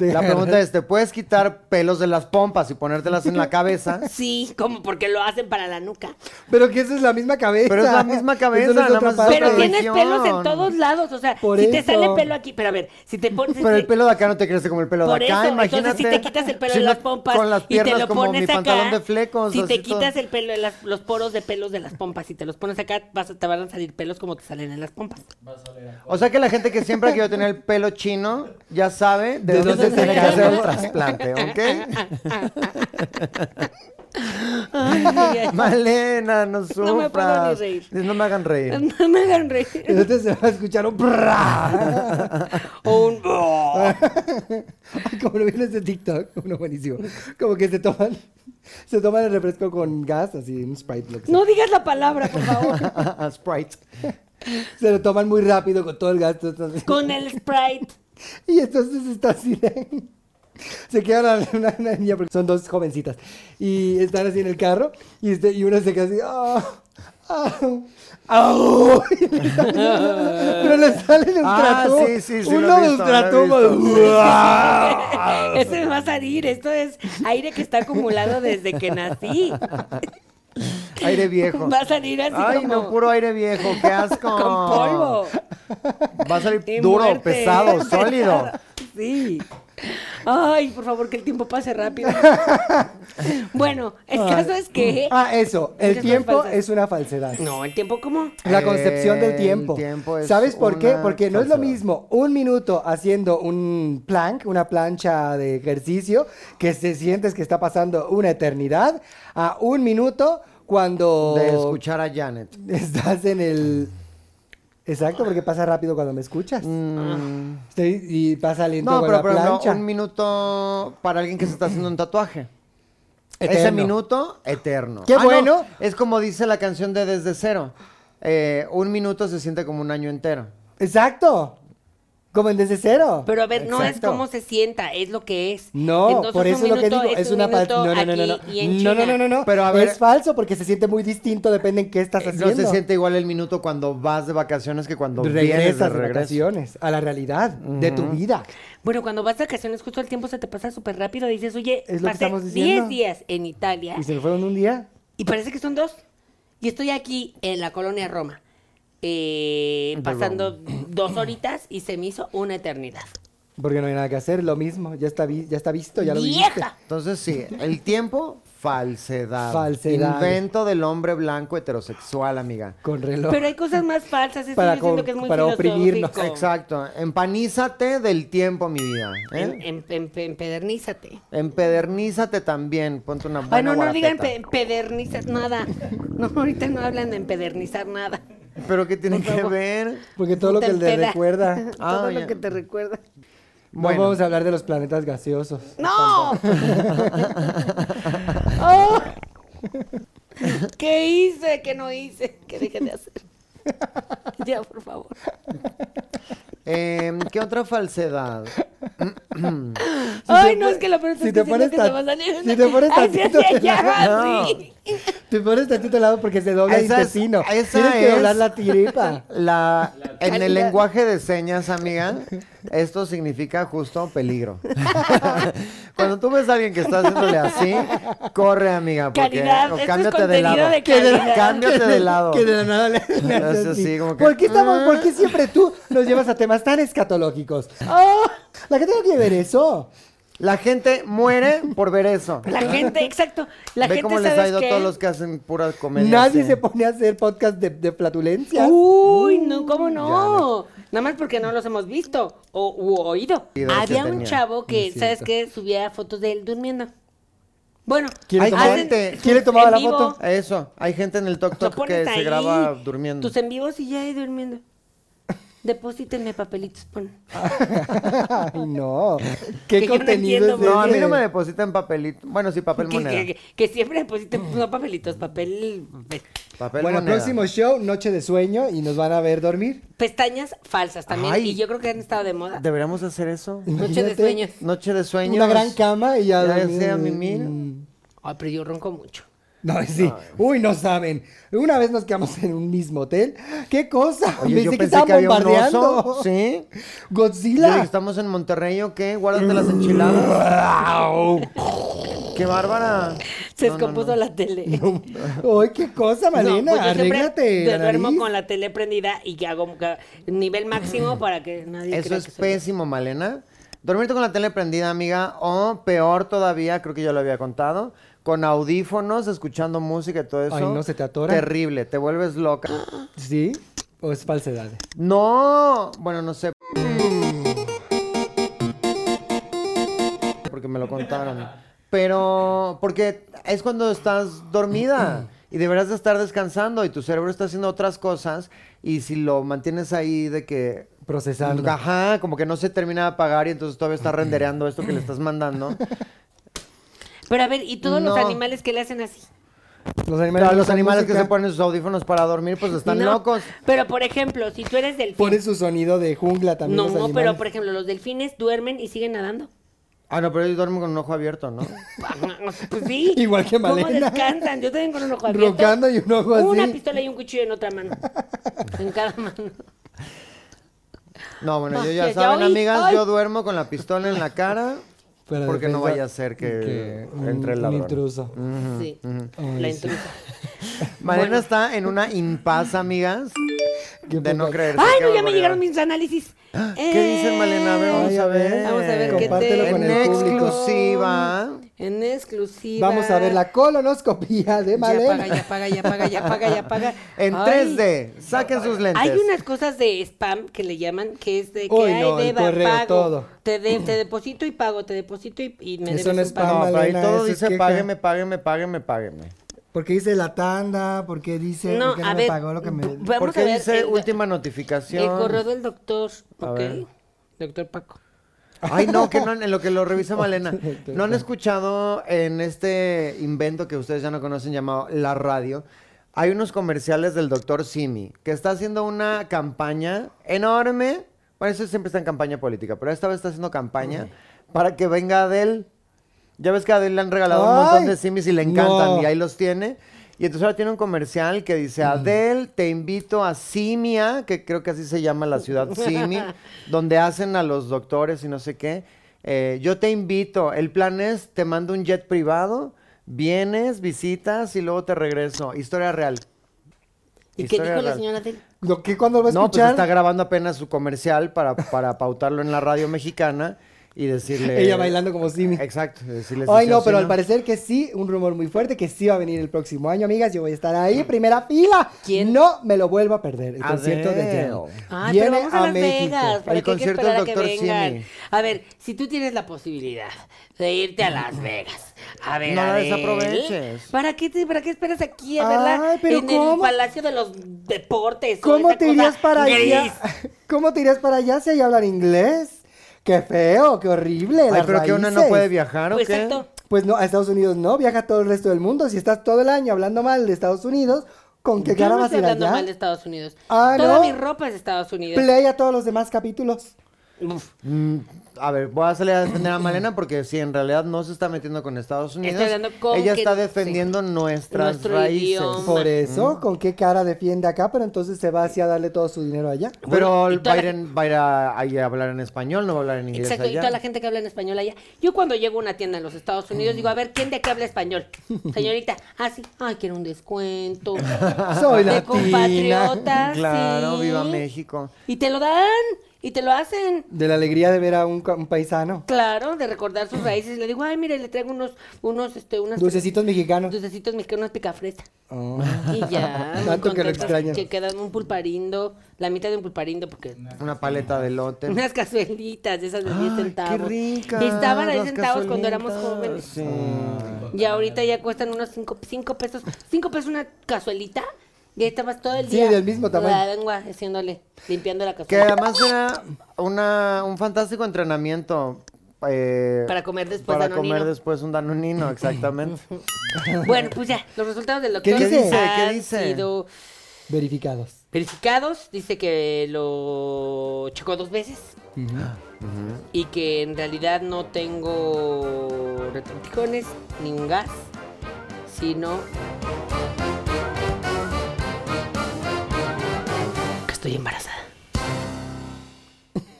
S3: La pregunta es, ¿te puedes quitar pelos de las pompas y ponértelas en la cabeza?
S2: Sí, como porque lo hacen para la nuca.
S5: Pero que esa es la misma cabeza.
S3: Pero es la misma cabeza,
S5: Eso no es
S3: nada
S5: otra
S3: más es
S5: parte.
S2: Pero
S3: de
S2: tienes
S3: región.
S2: pelos en todos lados. O sea,
S5: Por
S2: si te
S5: eso.
S2: sale pelo aquí. Pero a ver, si te pones.
S3: Pero el pelo de acá no te crece como el pelo
S2: Por
S3: de acá,
S2: eso,
S3: imagínate.
S2: entonces si te quitas el pelo
S3: Si
S2: de
S3: no,
S2: las pompas
S3: Con las
S2: y
S3: piernas
S2: te lo
S3: como
S2: pones
S3: mi
S2: acá,
S3: pantalón de flecos.
S2: si
S3: así
S2: te
S3: todo.
S2: quitas el pelo, de las- los poros de pelos de las pompas y te los pones acá, vas a- te van a salir pelos como te salen en las pompas.
S3: O sea que la gente que siempre ha querido tener el pelo chino, ya sabe de,
S5: ¿De
S3: dónde
S5: dónde
S3: se tiene que
S5: sacarlo?
S3: hacer un trasplante, ¿ok?
S2: Ay, ay, ay.
S3: Malena, no sufras.
S2: No me puedo ni reír.
S3: Dices, No me hagan reír.
S2: No me hagan reír.
S5: Entonces se va a escuchar un brrra.
S2: O un... "Oh".
S5: Ay, como lo vienes de TikTok, uno buenísimo. Como que se toman, se toman el refresco con gas, así un Sprite, lo que sea.
S2: No digas la palabra, por favor.
S3: Sprite.
S5: Se lo toman muy rápido con todo el gas. entonces-
S2: Con el Sprite.
S5: Y entonces está así de... Se quedan una, una niña, porque son dos jovencitas, y están así en el carro, y, este, y una se queda así, "Ah, ah, au". Y le sale- pero le sale el
S3: Ah,
S5: ultratubo,
S3: sí, sí, sí, lo he
S5: uno
S3: visto, lo
S5: de
S3: he
S5: ultratubo,
S3: visto, sí, sí,
S2: Este va a salir. Esto es aire que está acumulado desde que nací.
S3: Aire viejo.
S2: Va a salir así
S3: Ay,
S2: como
S3: no, puro aire viejo, qué asco.
S2: con polvo.
S3: Va a salir
S2: Y
S3: duro,
S2: muerte.
S3: pesado, sólido.
S2: Sí. Ay, por favor, que el tiempo pase rápido. Bueno, el caso es que...
S5: Ah, eso, el
S2: Muchas
S5: tiempo
S2: cosas falsas.
S5: es una falsedad.
S2: No, el tiempo como...
S5: La concepción del
S3: Eh, El
S5: tiempo.
S3: tiempo es
S5: ¿Sabes por qué?
S3: una
S5: Porque no es lo
S3: falsedad.
S5: mismo un minuto haciendo un plank, una plancha de ejercicio, que se sientes que está pasando una eternidad, a un minuto cuando
S3: De escuchar a Janet.
S5: estás en el... Exacto, porque pasa rápido cuando me escuchas. Estoy- y pasa lento
S3: Mm. No,
S5: con
S3: pero,
S5: la
S3: pero no,
S5: plancha.
S3: un minuto para alguien que se está haciendo un tatuaje. Ese
S5: Eterno.
S3: minuto, eterno. Ah,
S5: ¡Qué bueno!
S3: no, Es como dice la canción de Desde Cero. eh, un minuto se siente como un año entero.
S5: Exacto. Como en desde cero.
S2: Pero a ver, no es
S5: Exacto.
S2: cómo se sienta, es lo que es.
S5: No,
S2: Entonces,
S5: por eso
S2: un
S5: es lo que
S2: minuto
S5: digo, es,
S2: un
S5: una fal-
S2: minuto
S5: no, no, no, no, no.
S2: aquí y en
S5: No, no,
S2: China.
S5: no, no, no.
S3: Pero a ver-
S5: es falso porque se siente muy distinto, depende en qué estás
S3: Eh,
S5: haciendo.
S3: No se siente igual el minuto cuando vas de vacaciones que cuando vienes de
S5: regresas de
S3: regreso.
S5: vacaciones a la realidad de tu vida.
S2: Bueno, cuando vas de vacaciones, justo el tiempo se te pasa súper rápido. Dices, oye,
S5: Es lo que
S2: pasé
S5: estamos
S2: 10
S5: diciendo.
S2: días en Italia
S5: Y se me fueron un día.
S2: y parece que son dos. Y estoy aquí en la colonia Roma, eh, pasando dos horitas y se me hizo una eternidad.
S5: Porque no hay nada que hacer, lo mismo, ya está, vi- ya está visto, ya lo viviste.
S2: ¡Vieja!
S3: Entonces sí, el tiempo, falsedad.
S5: Falsedad.
S3: Invento del hombre blanco heterosexual, amiga.
S5: Con reloj.
S2: Pero hay cosas más falsas, eso
S5: Para
S2: yo siento
S5: co-
S2: que es muy
S5: para oprimirnos.
S2: filosófico.
S3: Exacto. Empanízate del tiempo, mi vida. ¿eh?
S2: En- en- en- empedernízate.
S3: Empedernízate también. Ponte una buena
S2: Ay, no, no digan
S3: guarapeta.
S2: pe- empedernizar nada. No, ahorita no hablan de empedernizar nada.
S3: Pero ¿qué tiene
S2: Por
S3: que
S2: favor.
S3: ver?
S5: Porque todo lo
S2: Te
S5: que le
S2: empeda.
S5: recuerda.
S3: Ah,
S2: Todo
S3: ya.
S2: lo que te recuerda.
S5: No
S3: Bueno,
S5: vamos a hablar de los planetas gaseosos.
S2: ¡No! Oh. ¿Qué hice? ¿Qué no hice? ¿Qué dejé de hacer? Ya, por favor.
S3: em, ¿qué otra falsedad?
S2: Ay,
S5: te
S2: no,
S5: pon-
S2: es que la pregunta
S5: si
S2: es
S5: te
S2: que siento
S5: pones
S2: que se
S5: tan-
S2: va a salir.
S5: si te pones
S2: Ay, sí,
S5: tantito-
S2: sí, ya,
S3: No.
S2: sí.
S5: Te pones tantito al lado porque se dobla el
S3: Esa es-
S5: intestino.
S3: esa
S5: Tienes que
S3: es-
S5: doblar la tiripa.
S3: La, en el
S2: calidad.
S3: lenguaje de señas, amiga, esto significa justo peligro. Cuando tú ves a alguien que está haciéndole así, corre, amiga, porque
S2: Calidad,
S3: o
S2: esto es
S3: cámbiate de
S2: contenido
S3: lado.
S2: de calidad.
S3: Cámbiate de lado.
S5: Que de la nada le, le
S3: Hace
S5: hace
S3: así,
S5: así.
S3: como que,
S5: ¿Por qué estamos,
S3: "Ah".
S5: por qué siempre tú nos llevas a temas tan escatológicos? ¡Oh! La gente no quiere ver eso.
S3: La gente muere por ver eso.
S2: La gente, exacto. La
S3: Ve
S2: gente
S3: cómo les
S2: ¿sabes
S3: ha ido
S2: qué?
S3: a todos los que hacen pura comedia.
S5: Nadie
S3: así.
S5: se pone a hacer podcast de, de flatulencias.
S3: Uh.
S2: Uy, no, ¿cómo no? Nada más porque no los hemos visto o u oído.
S3: Y dos que
S2: Había un
S3: tenía.
S2: chavo que,
S5: Es
S2: ¿sabes
S5: cierto.
S2: qué? Subía fotos de él durmiendo. Bueno,
S5: ¿Quiere
S3: Hay
S5: tomar?
S3: gente-
S5: ¿Quiere tomar
S2: en
S5: la
S2: vivo.
S5: foto?
S3: Eso, hay gente en el Tok
S2: lo
S3: Tok
S2: pones
S3: que
S2: ahí,
S3: se graba durmiendo.
S2: Tus en vivos y ya ahí durmiendo. Deposítenme papelitos, pon.
S5: Ay, no.
S2: Que
S5: ¿Qué
S2: yo no
S5: contenido
S2: entiendo,
S5: es
S3: No, a mí
S5: ese?
S3: no me depositan papelito. Bueno, sí, papel
S2: Que,
S3: moneda.
S2: que- que- que siempre depositen, pues, no papelitos, papel, pe-
S3: Papel
S5: Bueno,
S3: moneda.
S5: próximo show, Noche de Sueño, y nos van a ver dormir.
S2: pestañas falsas también.
S3: Ay.
S2: Y yo creo que han estado de moda.
S3: ¿Deberíamos hacer eso?
S2: Noche de
S5: Imagínate,
S2: sueños.
S3: Noche de sueños.
S5: Una gran cama y ya,
S3: Ya
S5: dormir.
S3: sea mimir.
S2: Ay, pero yo ronco mucho.
S5: No, sí. Uy, no saben. Una vez nos quedamos en un mismo hotel. ¿Qué cosa?
S3: Oye,
S5: pensé,
S3: yo
S5: que
S3: pensé
S5: estaban
S3: que había un
S5: bombardeando.
S3: oso. Sí. Yo
S5: Godzilla.
S3: dije, ¿estamos en Monterrey o qué? Guárdate las enchiladas. ¡Qué bárbara!
S2: Se
S3: No, no,
S2: descompuso la tele.
S5: Ay, qué cosa, Malena.
S2: No, pues yo siempre
S5: Arréglate. la
S2: duermo
S5: nariz.
S2: con la tele prendida y que hago ca- nivel máximo para que nadie
S3: Eso
S2: crea
S3: es
S2: que soy-
S3: pésimo, Malena. Dormirte con la tele prendida, amiga, o peor todavía, creo que yo lo había contado, con audífonos, escuchando música y todo eso.
S5: Ay, no, se te atora.
S3: Terrible, te vuelves loca.
S5: ¿Sí? ¿O es falsedad?
S3: No, bueno, no sé. Porque me lo contaron. Pero, porque es cuando estás dormida y deberás de estar descansando y tu cerebro está haciendo otras cosas y si lo mantienes ahí de que...
S5: Procesando.
S3: Ajá, como que no se termina de apagar y entonces todavía está rendereando esto que le estás mandando.
S2: Pero a ver, ¿y todos los
S3: No.
S2: animales que le hacen así?
S5: Los
S3: Pero
S5: animales,
S3: a los animales que se
S5: ponen
S3: ponen sus audífonos para dormir, pues están
S2: No,
S3: locos.
S2: Pero por ejemplo, si tú eres delfín.
S5: Ponen su sonido de jungla también.
S2: No,
S5: los
S2: no, pero
S5: animales.
S2: por ejemplo, los delfines duermen y siguen nadando.
S3: Ah, no, pero ellos duermen con un ojo abierto, ¿no?
S2: O sea, pues sí.
S5: Igual que
S2: ¿Cómo
S5: Malena.
S2: descansan? Yo también con un ojo abierto.
S5: Rocando y un ojo
S2: Una
S5: así.
S2: pistola y un cuchillo en otra mano. En cada mano.
S3: No, bueno,
S2: No,
S3: yo
S2: ya-
S3: ya
S2: ya
S3: saben,
S2: oí.
S3: amigas,
S2: Ay.
S3: yo duermo con la pistola en la cara
S5: Para
S3: porque no
S5: defensa
S3: vaya a ser que,
S5: que un-
S3: entre el
S5: un
S3: ladrón. Mm.
S5: intruso.
S2: Sí.
S5: Ay,
S2: La
S5: sí.
S2: intrusa.
S3: Mariana está en una impas, amigas,
S5: Qué
S3: de no
S5: poca-
S3: creerse.
S2: Ay,
S3: qué
S2: no, ya me
S3: barbaridad.
S2: llegaron mis análisis. Eh,
S3: ¿Qué dicen, Malena? A ver, vamos
S5: Ay,
S3: a
S5: a ver.
S3: ver.
S2: Vamos a ver qué
S5: Compártelo
S2: te...
S5: con
S3: En
S5: el público.
S3: exclusiva.
S2: En exclusiva.
S5: Vamos a ver la colonoscopía de
S2: Ya
S5: Malena.
S2: paga, ya paga, ya paga, ya paga, ya paga.
S3: En
S2: Ay.
S3: 3D, saquen sus lentes.
S2: Hay unas cosas de spam que le llaman que es de que
S5: Uy,
S2: ay,
S5: no, el
S2: deba,
S5: correo,
S2: pago.
S5: todo.
S2: Te, de- te deposito y pago, te deposito y, y me
S5: Eso
S2: debes
S5: no
S2: un
S5: es
S2: pago.
S3: No, pero ahí
S5: Malena,
S3: todo
S5: eso es
S3: dice
S5: queja.
S3: págueme, págueme, págueme, págueme.
S5: Porque dice la tanda, porque dice
S2: No,
S5: porque
S2: a
S5: no me
S2: ver,
S5: pagó lo que me.
S2: v- Vamos
S3: ¿Por qué
S2: a ver
S3: dice
S2: el-
S3: última
S2: El
S3: notificación?
S2: correo del doctor,
S3: A
S2: ok.
S3: ver.
S2: Doctor Paco.
S3: Ay, no, que no, en lo que lo revisa Malena. ¿No han escuchado en este invento que ustedes ya no conocen llamado La Radio? Hay unos comerciales del doctor Simi, que está haciendo una campaña enorme. Bueno, eso siempre está en campaña política, pero esta vez está haciendo campaña para que venga Adel. Ya ves que a Adel le han regalado un montón
S5: Ay,
S3: de Simis y le encantan,
S5: no.
S3: y ahí los tiene. Y entonces ahora tiene un comercial que dice,
S5: Mm.
S3: Adel, te invito a Simia, que creo que así se llama la ciudad Simi, donde hacen a los doctores y no sé qué. Eh, yo te invito, el plan es, te mando un jet privado, vienes, visitas y luego te regreso. Historia real.
S2: ¿Y qué
S3: Historia
S2: dijo la
S3: real.
S2: señora del?
S5: ¿Lo que cuando lo va a
S3: No, pues
S5: escuchar?
S3: está grabando apenas su comercial para, para pautarlo en la radio mexicana y decirle...
S5: Ella bailando como Simi.
S3: Exacto. decirle si
S5: Ay,
S3: sí o
S5: no,
S3: si
S5: pero al parecer que sí, un rumor muy fuerte que sí va a venir el próximo año, amigas. Yo voy a estar ahí,
S3: Mm.
S5: primera fila.
S2: ¿Quién?
S5: No me lo vuelvo a perder. El
S3: Adele.
S5: concierto de Adele.
S2: Ay,
S5: Viene
S2: Ah, pero vamos a, Las
S5: México.
S2: Vegas. ¿para
S3: El
S2: qué hay que
S3: concierto
S2: esperar
S3: del
S2: a que
S3: Dr.
S2: vengan?
S3: Simi.
S2: A ver, si tú tienes la posibilidad de irte a Las Vegas. A ver,
S3: No la
S2: Adel,
S3: desaproveches.
S2: ¿Para qué, te- ¿Para qué esperas aquí a
S5: Ay,
S2: verla
S5: pero
S2: en el
S5: ¿cómo?
S2: Palacio de los Deportes? o
S5: ¿Cómo
S2: esa
S5: te
S2: cosa
S5: irías para
S2: gris?
S5: allá? ¿Cómo te irías para allá si ahí hablan inglés? Qué feo, qué horrible.
S3: Ay,
S5: las
S3: pero que una no
S5: raíces.
S3: puede viajar, ¿o
S2: Pues
S3: qué?
S2: exacto.
S5: Pues no, a Estados Unidos no, viaja a todo el resto del mundo. Si estás todo el año hablando mal de Estados Unidos, ¿con qué
S2: Yo
S5: cara
S2: no
S5: vas a
S2: estoy
S5: ir
S2: hablando
S5: allá?
S2: mal de Estados Unidos.
S5: Ah,
S2: Toda
S5: ¿no?
S2: mi ropa es de Estados Unidos.
S5: Play a todos los demás capítulos.
S2: Uf,
S3: Mm, a ver, voy a salir a defender a Malena porque si en realidad no se está metiendo con Estados Unidos,
S2: hablando con
S3: ella
S2: que-
S3: está defendiendo nuestras
S2: Nuestro
S3: raíces.
S2: idioma.
S5: Por eso, ¿con qué cara defiende acá? Pero entonces se va hacia darle todo su dinero allá.
S3: Pero
S2: Bueno, y
S3: el
S2: toda la
S3: Biden va a ir a, ahí a hablar en español, no va a hablar en inglés
S2: exacto, y
S3: allá.
S2: toda la gente que habla en español allá. Yo cuando llego a una tienda en los Estados Unidos digo, a ver, ¿quién de aquí habla español? Señorita, ah, sí, ay, quiero un descuento.
S5: Soy
S2: de
S5: latina.
S2: compatriotas,
S3: Claro,
S2: sí.
S3: viva México.
S2: Y te lo dan, y te lo hacen.
S5: De la alegría de ver a un, ca- un paisano.
S2: Claro, de recordar sus raíces. Le digo, ay, mire, le traigo unos, unos, este, unas...
S5: Dulcecitos mexicanos.
S2: Dulcecitos mexicanos, unas picafresa.
S5: Oh.
S2: Y ya.
S5: Tanto
S2: muy
S5: que lo
S2: contentos
S5: extrañan.
S2: Que quedan un pulparindo, la mitad de un pulparindo, porque
S3: Una paleta de lote.
S2: Unas cazuelitas de esas de 10 centavos.
S3: ¡Qué rica!
S2: Estaban a 10 centavos cuando éramos jóvenes.
S3: Sí.
S2: Y ahorita ya cuestan unos 5 pesos. 5 pesos una cazuelita. Y ahí estabas todo el
S5: Sí,
S2: día.
S5: del mismo tamaño.
S2: La lengua haciéndole, limpiando la
S3: Que
S2: cazuela.
S3: además era una, un fantástico entrenamiento. eh,
S2: Para comer después
S3: Para
S2: danonino.
S3: comer después un danonino, exactamente.
S2: Bueno, pues ya, los resultados del
S5: ¿Qué
S2: doctor
S5: dice?
S3: ¿Qué
S2: han
S3: dice?
S2: sido
S5: Verificados.
S2: verificados. Dice que lo checó dos veces. Y que en realidad no tengo retortijones ni un gas, sino que estoy embarazada.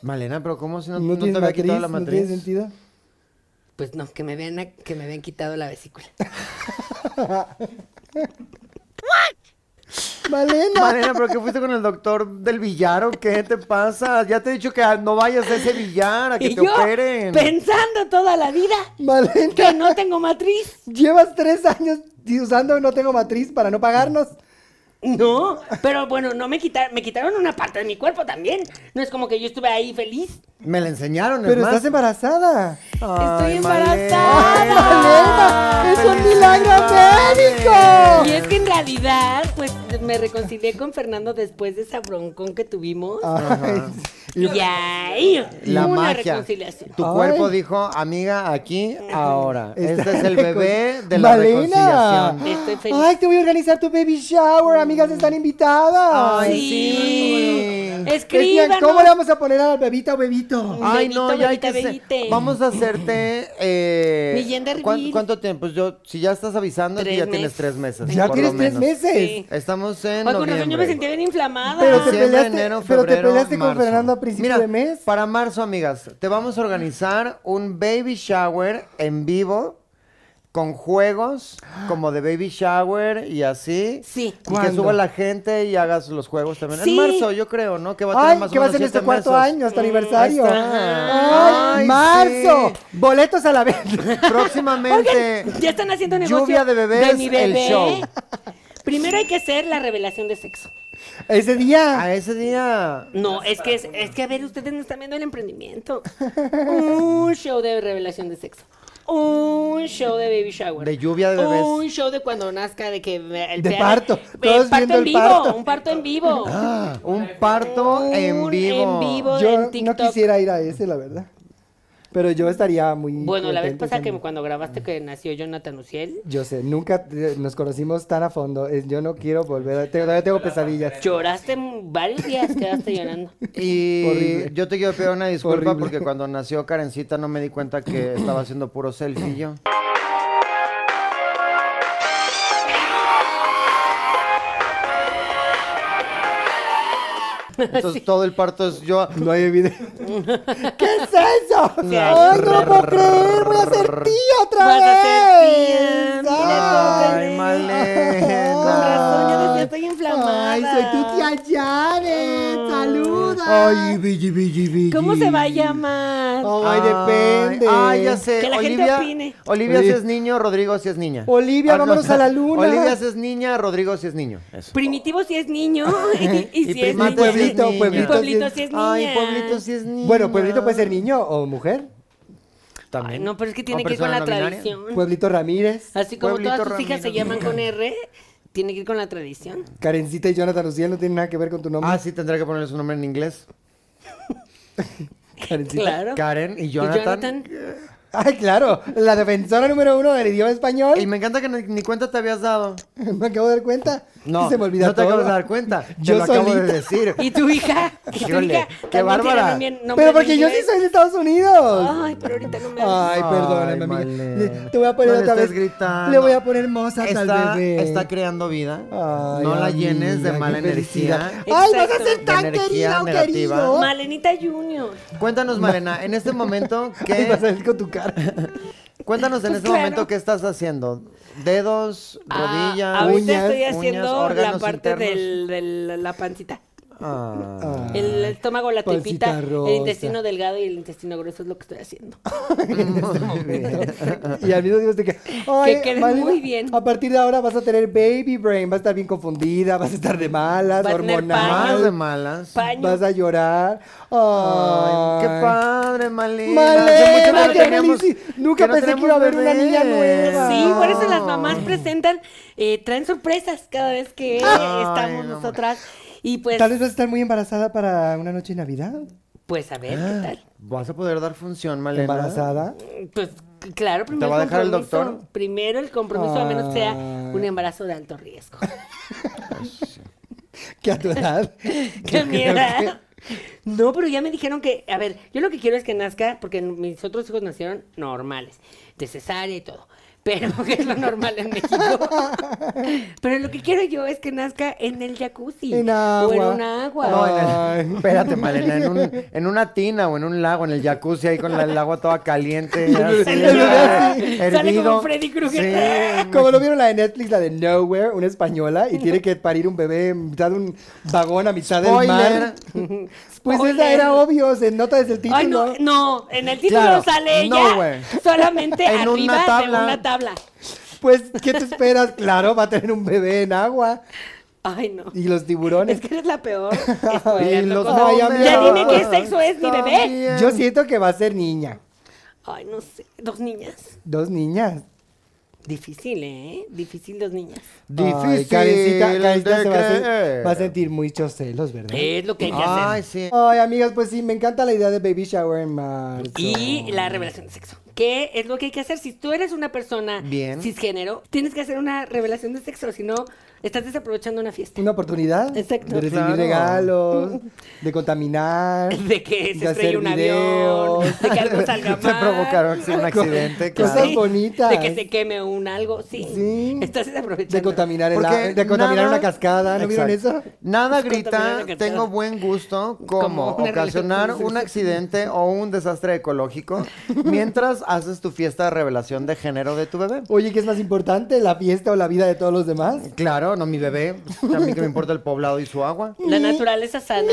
S3: Malena, pero ¿cómo si no, no
S5: No,
S3: te
S5: tiene
S3: había
S5: matriz,
S3: quitado la
S5: no
S3: matriz?
S5: tiene sentido.
S2: Pues no, que me habían, a- que me habían quitado la vesícula.
S5: Malena.
S3: Malena, ¿pero qué fuiste con el doctor del billar o qué te pasa? Ya te he dicho que ah, no vayas a ese billar, a que
S2: y
S3: te
S2: yo
S3: operen.
S2: pensando toda la vida
S5: Malena.
S2: que no tengo matriz.
S5: Llevas tres años usando no tengo matriz para no pagarnos.
S2: No, pero bueno, no me quitaron, me quitaron una parte de mi cuerpo también. No es como que yo estuve ahí feliz.
S3: Me la enseñaron, es
S5: Pero
S3: más.
S5: estás embarazada.
S3: Ay,
S2: Estoy
S3: Malena.
S2: embarazada.
S5: Malena, es un
S3: ¡Felicidades!
S5: milagro
S2: Y es que en realidad, pues me reconcilié con Fernando después de esa broncón que tuvimos.
S5: Ay,
S2: Y ahí,
S3: Ah, La
S2: una
S3: magia.
S2: reconciliación.
S3: Tu
S5: Ay.
S3: cuerpo dijo, amiga, aquí, ahora. Este es el bebé de la
S5: Malena.
S3: reconciliación.
S2: Estoy feliz.
S5: Ay, te voy a organizar tu baby shower. Amigas están invitadas.
S3: Ay,
S2: sí.
S3: sí.
S5: Decían,
S2: Escríbanos.
S5: ¿Cómo le vamos a poner al bebita o bebito?
S3: Ay, no,
S2: Bebito,
S3: ya hay que
S2: bebita,
S3: ser-
S2: bebite.
S3: Vamos a hacerte. Eh,
S2: Millán de
S3: ¿cuán-
S2: Rivil.
S3: ¿Cuánto tiempo? Pues Yo, si ya estás avisando,
S2: Tres
S3: ya tienes
S2: meses.
S3: tres meses.
S5: Ya
S3: por
S5: tienes
S3: lo
S5: tres
S3: menos.
S5: meses.
S2: Sí.
S3: Estamos en.
S2: Ay, con razón yo me
S3: noviembre.
S2: sentía bien inflamada.
S5: Pero te
S3: Diciembre,
S5: peleaste-
S3: enero,
S5: pero te
S3: febrero,
S5: peleaste con
S3: marzo.
S5: Fernando a principio
S3: Mira,
S5: de mes.
S3: Para marzo, amigas, te vamos a organizar un baby shower en vivo con juegos como de baby shower y así.
S2: Sí.
S3: Y que suba la gente y hagas los juegos también. En
S2: Sí.
S3: marzo, yo creo, ¿no? Que va a tener
S5: Ay,
S3: más o
S5: que va a
S3: menos
S5: ser nuestro
S3: siete
S5: cuarto
S3: meses.
S5: año, hasta aniversario.
S3: Ahí está.
S5: Ay,
S3: Ay,
S5: marzo.
S3: sí.
S5: Boletos a la venta.
S3: Próximamente.
S2: Oigan, ya están haciendo negocio
S3: Lluvia de bebés,
S2: mi bebé.
S3: el show.
S2: Primero hay que hacer la revelación de sexo.
S5: Ese día.
S3: A ese día.
S2: No, es que es, es que a ver, ustedes no están viendo el emprendimiento. Un show de revelación de sexo. Un show de baby shower.
S3: De lluvia de bebés.
S2: Un show de cuando nazca, de que el
S5: De
S2: pe-
S5: parto.
S2: eh,
S5: Todos
S2: parto
S5: viendo
S2: en
S5: el
S2: vivo,
S5: parto. Ah,
S2: un parto en vivo.
S3: Ah. Un parto
S2: Un
S3: en vivo.
S2: en vivo.
S5: Yo
S2: en
S5: no
S2: TikTok.
S5: quisiera ir a ese, la verdad. Pero yo estaría muy.
S2: Bueno, la vez
S5: contento
S2: pasada que
S5: también.
S2: cuando grabaste que nació Jonathan Uciel,
S5: Yo sé, nunca eh, nos conocimos tan a fondo. Es- Yo no quiero volver. a- te- Todavía tengo pesadillas.
S2: lloraste varios días, quedaste llorando.
S3: Y
S5: Horrible.
S3: yo te quiero pedir una disculpa
S5: Horrible.
S3: porque cuando nació Karencita no me di cuenta que estaba haciendo puro selfie yo. Entonces todo el parto es yo.
S5: No hay video. ¿Qué es eso?
S2: Sí,
S5: Ay, no lo puedo creer. Voy a ser tía otra
S2: Vas
S5: vez.
S2: a ser tía, mira
S5: Ay,
S3: Ay,
S2: Con
S3: Malena.
S2: Con razón, yo decía, estoy inflamada.
S5: Ay, soy tu tía Janet. Saluda.
S3: Ay, billy, billy, billy.
S2: Mm. ¿Cómo se va a llamar?
S5: Ay, depende.
S3: Ay, ya sé.
S2: Que la gente
S3: Olivia,
S2: opine.
S3: Olivia si
S5: Olivia.
S3: es niño, Rodrigo si es niña.
S5: Olivia,
S3: no,
S5: vámonos a la luna.
S3: Olivia si es niña, Rodrigo si es niño. Eso.
S2: Primitivo si es niño y, y
S3: Y
S2: si es
S3: primate
S2: niña.
S3: si es niña.
S2: Y
S5: Pueblito si
S2: Pueblito
S5: es-
S2: si es niña.
S3: Ay, Pueblito si es niña.
S5: Bueno, Pueblito puede ser niño o mujer.
S3: También.
S2: Ay, no, pero es que
S3: O
S2: tiene que ir con
S3: persona no
S2: la
S3: binaria.
S2: tradición.
S5: Pueblito Ramírez.
S2: Así como
S3: Pueblito
S2: todas tus hijas se
S3: Ramiro.
S2: llaman con R, tiene que ir con la tradición.
S5: Karencita y Jonathan Uciel no tienen nada que ver con tu nombre.
S3: Ah, sí, tendrá que ponerle su nombre en inglés.
S5: Karencita.
S2: Claro.
S3: Karen y
S2: ¿Y
S3: Jonathan.
S5: Ay, claro. La defensora número uno del idioma español.
S3: Y me encanta que ni, ni cuenta te habías dado.
S5: Me acabo de dar cuenta.
S3: No,
S5: se me olvida
S3: no te
S5: todo.
S3: acabas de dar cuenta.
S5: Yo
S3: te lo acabo de
S5: solita.
S3: decir.
S2: ¿Y tu hija? ¿Y tu
S3: Híjole,
S2: hija?
S3: qué
S2: también
S3: bárbara.
S2: tiene también nombre
S5: Pero
S2: en
S5: porque yo sí
S2: inglés?
S5: soy de Estados Unidos.
S2: Ay, pero ahorita no me...
S5: Ay, perdóname, amiga.
S3: Malena.
S5: Te voy a poner
S3: No le
S5: otra vez.
S3: estés gritando.
S5: Le voy a poner Mozart
S3: Está,
S5: al bebé.
S3: está creando vida.
S5: Ay,
S3: no la
S5: amiga,
S3: llenes de
S5: qué
S3: mala
S5: felicidad.
S3: energía.
S5: Ay, vas a
S2: Exacto.
S5: ser
S3: De
S5: tan
S3: energía
S5: querida o
S3: negativa.
S5: querido.
S2: Malenita Junior.
S3: Cuéntanos, Malena, en este momento,
S5: Ay,
S3: ¿qué?
S5: vas a salir con tu cara.
S3: Cuéntanos en
S2: Pues
S3: este
S2: claro.
S3: momento qué estás haciendo. Dedos,
S2: Ah,
S3: rodillas,
S2: ahorita
S3: uñas,
S2: estoy
S3: uñas,
S2: haciendo la
S3: órganos
S2: parte
S3: internos.
S2: del, del- la pancita.
S3: Ah.
S5: Ah.
S2: El estómago, la
S5: pancita
S2: tripita,
S5: rosa.
S2: el intestino delgado y el intestino grueso es lo que estoy haciendo.
S5: este y al mismo tiempo te queda. Ay,
S2: Que quede muy bien.
S5: A partir de ahora vas a tener baby brain. Vas a estar bien confundida. Vas a estar de malas,
S2: Va a tener
S3: Más
S2: paño.
S5: hormonal.
S3: de malas.
S2: Paño.
S5: Vas a llorar.
S3: Ay,
S5: Ay,
S3: qué padre, Malena.
S5: Malena,
S3: Hace mucho
S5: qué
S3: teníamos-
S5: felicidad. Nunca
S3: no
S5: pensé que iba a haber una
S3: teníamos
S5: niña
S3: bebés.
S5: nueva.
S2: Pues Sí, por eso las mamás presentan, eh, traen sorpresas cada vez que
S3: Ay,
S2: estamos
S3: no.
S2: nosotras. Y pues,
S5: Tal vez vas a estar muy embarazada para una noche de Navidad.
S2: pues a ver,
S3: Ah.
S2: ¿qué tal?
S3: Vas a poder dar función, Malena.
S5: Embarazada.
S2: Pues c- claro, primero
S3: va a dejar el
S2: compromiso,
S3: doctor?
S2: Primero el compromiso, a menos que sea un
S5: Ay.
S2: embarazo de alto riesgo.
S5: Que a tu edad.
S2: ¡Qué miedo! No, pero ya me dijeron que, a ver, yo lo que quiero es que nazca, porque n- mis otros hijos nacieron normales, de cesárea y todo. Pero que es lo normal en México. Pero lo que quiero yo es que nazca en el jacuzzi.
S5: En agua.
S2: O en un agua.
S3: No, en el-
S5: Ay.
S3: espérate, Malena, en, un- en una tina o en un lago, en el jacuzzi, ahí con la- el agua toda caliente. así, ah,
S2: Sale
S3: hervido.
S2: como Freddy Krueger.
S3: Sí.
S5: Como lo vieron la de Netflix, la de Nowhere, una española, y tiene que parir un bebé en mitad de un vagón a mitad del mar.
S3: Spoiler.
S5: Pues
S2: Spoiler.
S5: esa era obvio, se nota desde el título.
S2: Ay, no, no, en el título
S3: Claro,
S2: sale ella.
S3: no, güey.
S2: solamente
S3: En una
S2: arriba
S3: tabla.
S2: de una tabla.
S5: Pues, ¿qué te esperas? Claro, va a tener un bebé en agua.
S2: Ay, no.
S5: Y los tiburones.
S2: Es que eres la peor.
S3: Y
S2: spoileando
S3: los
S2: cosas.
S5: Ay, amiga.
S2: ya dime qué sexo es mi bebé.
S3: También.
S5: Yo siento que va a ser niña.
S2: Ay, no sé. Dos niñas.
S5: Dos niñas.
S2: Difícil, ¿eh? Difícil dos niñas.
S5: Ay,
S3: Difícil
S5: Karencita, Karencita
S3: de
S5: se va a, sen-
S3: creer.
S5: va a sentir muchos celos, ¿verdad?
S2: ¿Eh? Es lo que hay que
S3: Ay, sí.
S2: hacer.
S5: Ay, amigas, pues sí, me encanta la idea de baby shower en marzo.
S2: Y la revelación de sexo. ¿Qué es lo que hay que hacer? Si tú eres una persona
S3: Bien.
S2: cisgénero, tienes que hacer una revelación de sexo, si no, estás desaprovechando una fiesta.
S5: Una oportunidad
S2: Exacto.
S5: de recibir
S3: Claro.
S5: regalos, de contaminar.
S2: De que se
S5: de hacer
S2: estrelle un avión,
S5: videos.
S2: de que algo salga mal.
S3: Se provocaron sí, un accidente,
S5: cosas
S3: claro.
S2: Sí,
S5: bonitas.
S2: De que se queme un algo, sí.
S5: Sí.
S2: Estás
S5: De
S2: desaprovechando.
S5: contaminar, el
S3: Porque
S5: a- de contaminar
S3: nada-
S5: una cascada, ¿no vieron eso?
S3: Exacto. Nada
S2: Contaminar una
S3: grita,
S2: cascada.
S3: tengo buen gusto, como
S2: Como una
S3: ocasionar
S2: relación.
S3: un accidente o un desastre ecológico mientras haces tu fiesta de revelación de género de tu bebé.
S5: Oye, ¿qué es más importante, la fiesta o la vida de todos los demás?
S3: Claro, no mi bebé, a mí que me importa el poblado y su agua.
S2: La naturaleza sana.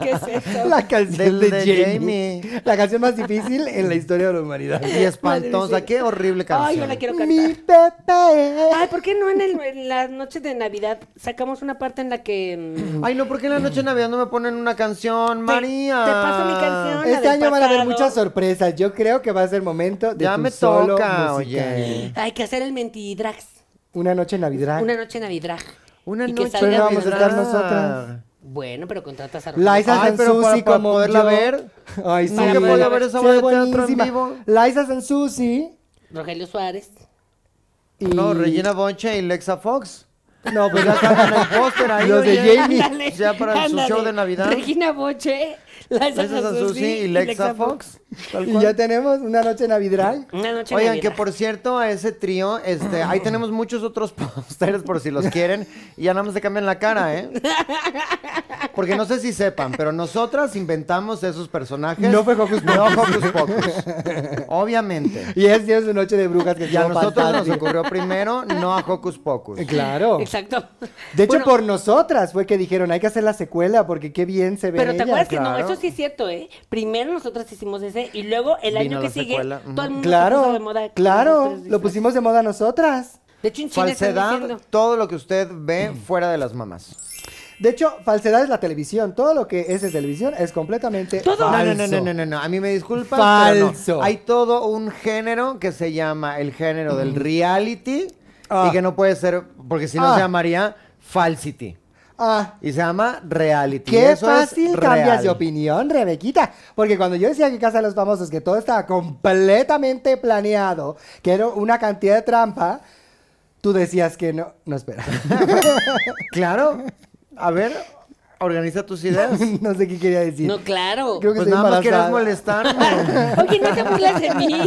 S2: ¿Qué es eso?
S5: La canción de,
S3: Del de
S5: Jamie.
S3: Jamie.
S5: La canción más difícil en la historia de la humanidad.
S3: Y espantosa, qué horrible
S2: Ay,
S3: canción.
S2: yo la quiero
S5: Mi
S2: cantar.
S5: Pepe.
S2: Ay, pues, ¿por qué no en, el- en las noches de Navidad sacamos una parte en la que... mm,
S3: Ay, no, ¿por qué en la noche de Navidad no me ponen una canción, María?
S2: te paso mi canción. la
S5: Este
S2: del
S5: año van a haber
S2: pasado.
S5: muchas sorpresas. Yo creo que va a ser momento de
S3: Ya
S5: tu
S3: me
S5: solo
S3: toca,
S5: musical.
S3: oye.
S2: Hay que hacer el mentidrax.
S5: Una noche navidrag.
S2: Una noche Navidad.
S3: Ah. Una
S2: Y que
S3: noche.
S2: salga
S5: Pero no vamos a
S2: Navidad.
S5: estar nosotras.
S2: Bueno, pero contratas a
S5: Liza
S3: Ay, pero para-
S5: Sansusi
S3: para
S5: como
S3: poderla
S5: yo.
S3: ver.
S5: Ay, sí.
S2: Nunca he podido ver
S3: esa
S5: Sí,
S3: obra de teatro en
S5: buenísima.
S3: vivo.
S5: Liza Sansusi
S2: Rogelio Suárez.
S5: y...
S3: No, Regina Bonche y Lexa Fox.
S5: No, pues ya está.
S3: Sacan el póster ahí.
S5: Los de
S3: oye.
S5: Jamie.
S2: Ándale,
S3: Ya para su
S2: ándale.
S3: show de Navidad.
S2: Regina Boche, Liza
S3: Liza Sansusi
S2: Sansusi
S3: y Lexa Fox. Tal
S5: Y
S3: cual.
S5: ya tenemos una noche navidrag.
S2: Una noche
S3: Oigan,
S2: Navidad.
S3: que por cierto, a ese trío, este, ahí tenemos muchos otros pósteres por si los quieren. Y ya nada más se cambian la cara, ¿eh? Porque no sé si sepan, pero nosotras inventamos esos personajes.
S5: No fue Hocus
S3: No Hocus Pocus. Obviamente.
S5: Y es, es su noche de brujas que
S3: Y a
S5: estuvo
S3: nosotros nos
S5: fantástica.
S3: ocurrió primero, no a Hocus Pocus.
S5: Claro.
S2: Exacto.
S5: De hecho,
S2: Bueno,
S5: por nosotras fue que dijeron, hay que hacer la secuela porque qué bien se ve
S2: Pero te
S5: ella".
S2: acuerdas que no,
S3: claro.
S2: eso sí es cierto, ¿eh? Primero nosotras hicimos ese y luego el
S3: Vino
S2: año que
S3: la
S2: sigue,
S3: secuela, ujú.
S2: todo el mundo se puso
S5: Claro,
S2: de moda.
S5: claro,
S2: Nosotros
S5: lo pusimos de moda nosotras.
S2: De hecho, en China están
S3: Falsedad,
S2: diciendo.
S3: todo lo que usted ve fuera de las mamás.
S5: De hecho, falsedad es la televisión. Todo lo que es de televisión es completamente
S2: Todo.
S5: falso.
S3: No, no, no, no, no, no. A mí me disculpas. Pero
S5: Falso.
S3: no. Hay todo un género que se llama el género
S2: Mm.
S3: del reality
S5: Ah.
S3: y que no puede ser, porque si no
S5: Ah.
S3: se llamaría falsity.
S5: Ah,
S3: Y se llama reality. y
S5: qué
S3: eso es
S5: fácil cambias
S3: real.
S5: de opinión, Rebequita. Porque cuando yo decía que Casa de los Famosos, que todo estaba completamente planeado, que era una cantidad de trampa, tú decías que no. No, espera.
S3: Claro. A ver, organiza tus ideas.
S5: no sé qué quería decir.
S2: No, claro.
S5: Creo que
S3: pues
S5: estoy
S3: nada más quieres
S5: embarazada.
S3: molestarme.
S2: Oye, no te burlas de mí.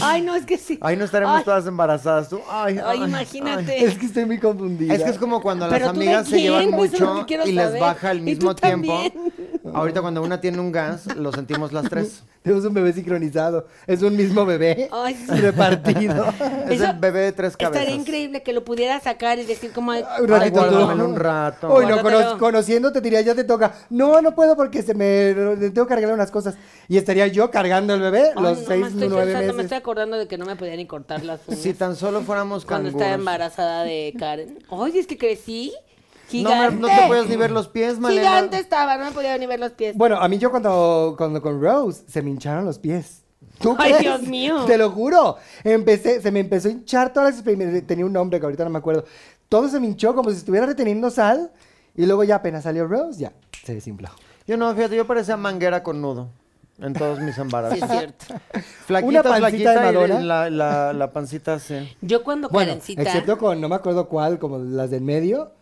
S2: Ay, no, es que sí.
S3: Ahí no estaremos
S2: Ay,
S3: todas embarazadas tú. Ay,
S2: Ay,
S3: ay,
S2: imagínate.
S5: Es que estoy muy confundida.
S3: Es que es como cuando
S2: ¿Pero
S3: las
S2: tú de
S3: amigas se llevan
S2: quién? Eso es lo
S3: mucho
S2: que quiero
S3: y les
S2: saber.
S3: baja al
S2: Y tú
S3: mismo tiempo.
S2: también.
S3: Ahorita cuando una tiene un gas, lo sentimos las tres.
S5: Tenemos un bebé sincronizado. Es un mismo bebé
S2: Ay, sí.
S5: repartido.
S3: Es
S2: Eso
S3: el bebé de tres cabezas.
S2: Estaría increíble que lo pudiera sacar y decir como... ay,
S5: Un ratito tú.
S3: guárdamelo un rato.
S5: Uy, no,
S2: Guárdatelo.
S5: cono- conociéndote diría, ya te toca. No, no puedo porque se me tengo que cargar unas cosas. Y estaría yo cargando el bebé los
S2: no,
S5: seis,
S2: me estoy
S5: nueve
S2: pensando,
S5: meses.
S2: Me estoy acordando de que no me podía ni cortar las uñas
S3: Si tan solo fuéramos
S2: Pues cuando
S3: canguros.
S2: estaba embarazada de Karen. Oye, es que crecí
S3: No,
S2: gigante.
S3: me- no te puedes ni ver los pies, Malena.
S2: Gigante estaba, no me podía ni ver los pies.
S5: Bueno, a mí yo cuando, cuando con Rose se me hincharon los pies. ¿Tú
S2: Ay,
S5: crees?
S2: Dios mío.
S5: Te lo juro. Empecé, se me empezó a hinchar todas las experiencias. Tenía un nombre que ahorita no me acuerdo. Todo se me hinchó como si estuviera reteniendo sal. Y luego ya apenas salió Rose, ya se desinfló.
S3: Yo no, fíjate, yo parecía manguera con nudo en todos mis embarazos.
S2: Sí, es cierto.
S3: Flaquita,
S5: Una pancita
S3: flaquita
S5: de
S3: y-
S5: Madonna.
S3: y la, la- la pancita sí.
S2: Yo cuando
S5: Bueno,
S2: Karencita...
S5: excepto con no me acuerdo cuál, como las del medio,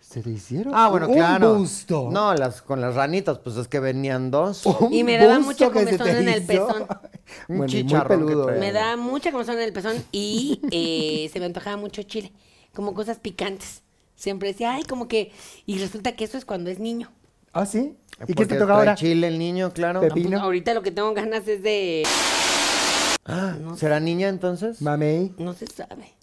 S5: se te hicieron
S3: Ah, bueno,
S5: un
S3: claro.
S5: busto.
S3: No, las, con las ranitas, pues es que venían dos.
S5: Un
S2: Y me daba
S5: busto
S2: mucha
S5: que se
S2: comezón
S5: te
S2: en el
S5: hizo.
S2: pezón.
S3: Un
S5: Bueno, y muy
S3: chicharrón que
S5: peludo. ¿eh?
S3: traía.
S2: Me da mucha comezón en el pezón y eh, se me antojaba mucho chile, como cosas picantes. Siempre decía, ay, como que... Y resulta que eso es cuando es niño.
S5: ¿Ah, sí? ¿Y qué
S3: Porque
S5: te toca
S3: trae
S5: ahora?
S3: chile el niño, claro.
S5: Pepi-
S2: Pues,
S5: Pino.
S2: ahorita lo que tengo ganas es de...
S3: Ah, ¿Será niña entonces?
S5: Mamey.
S2: No se sabe.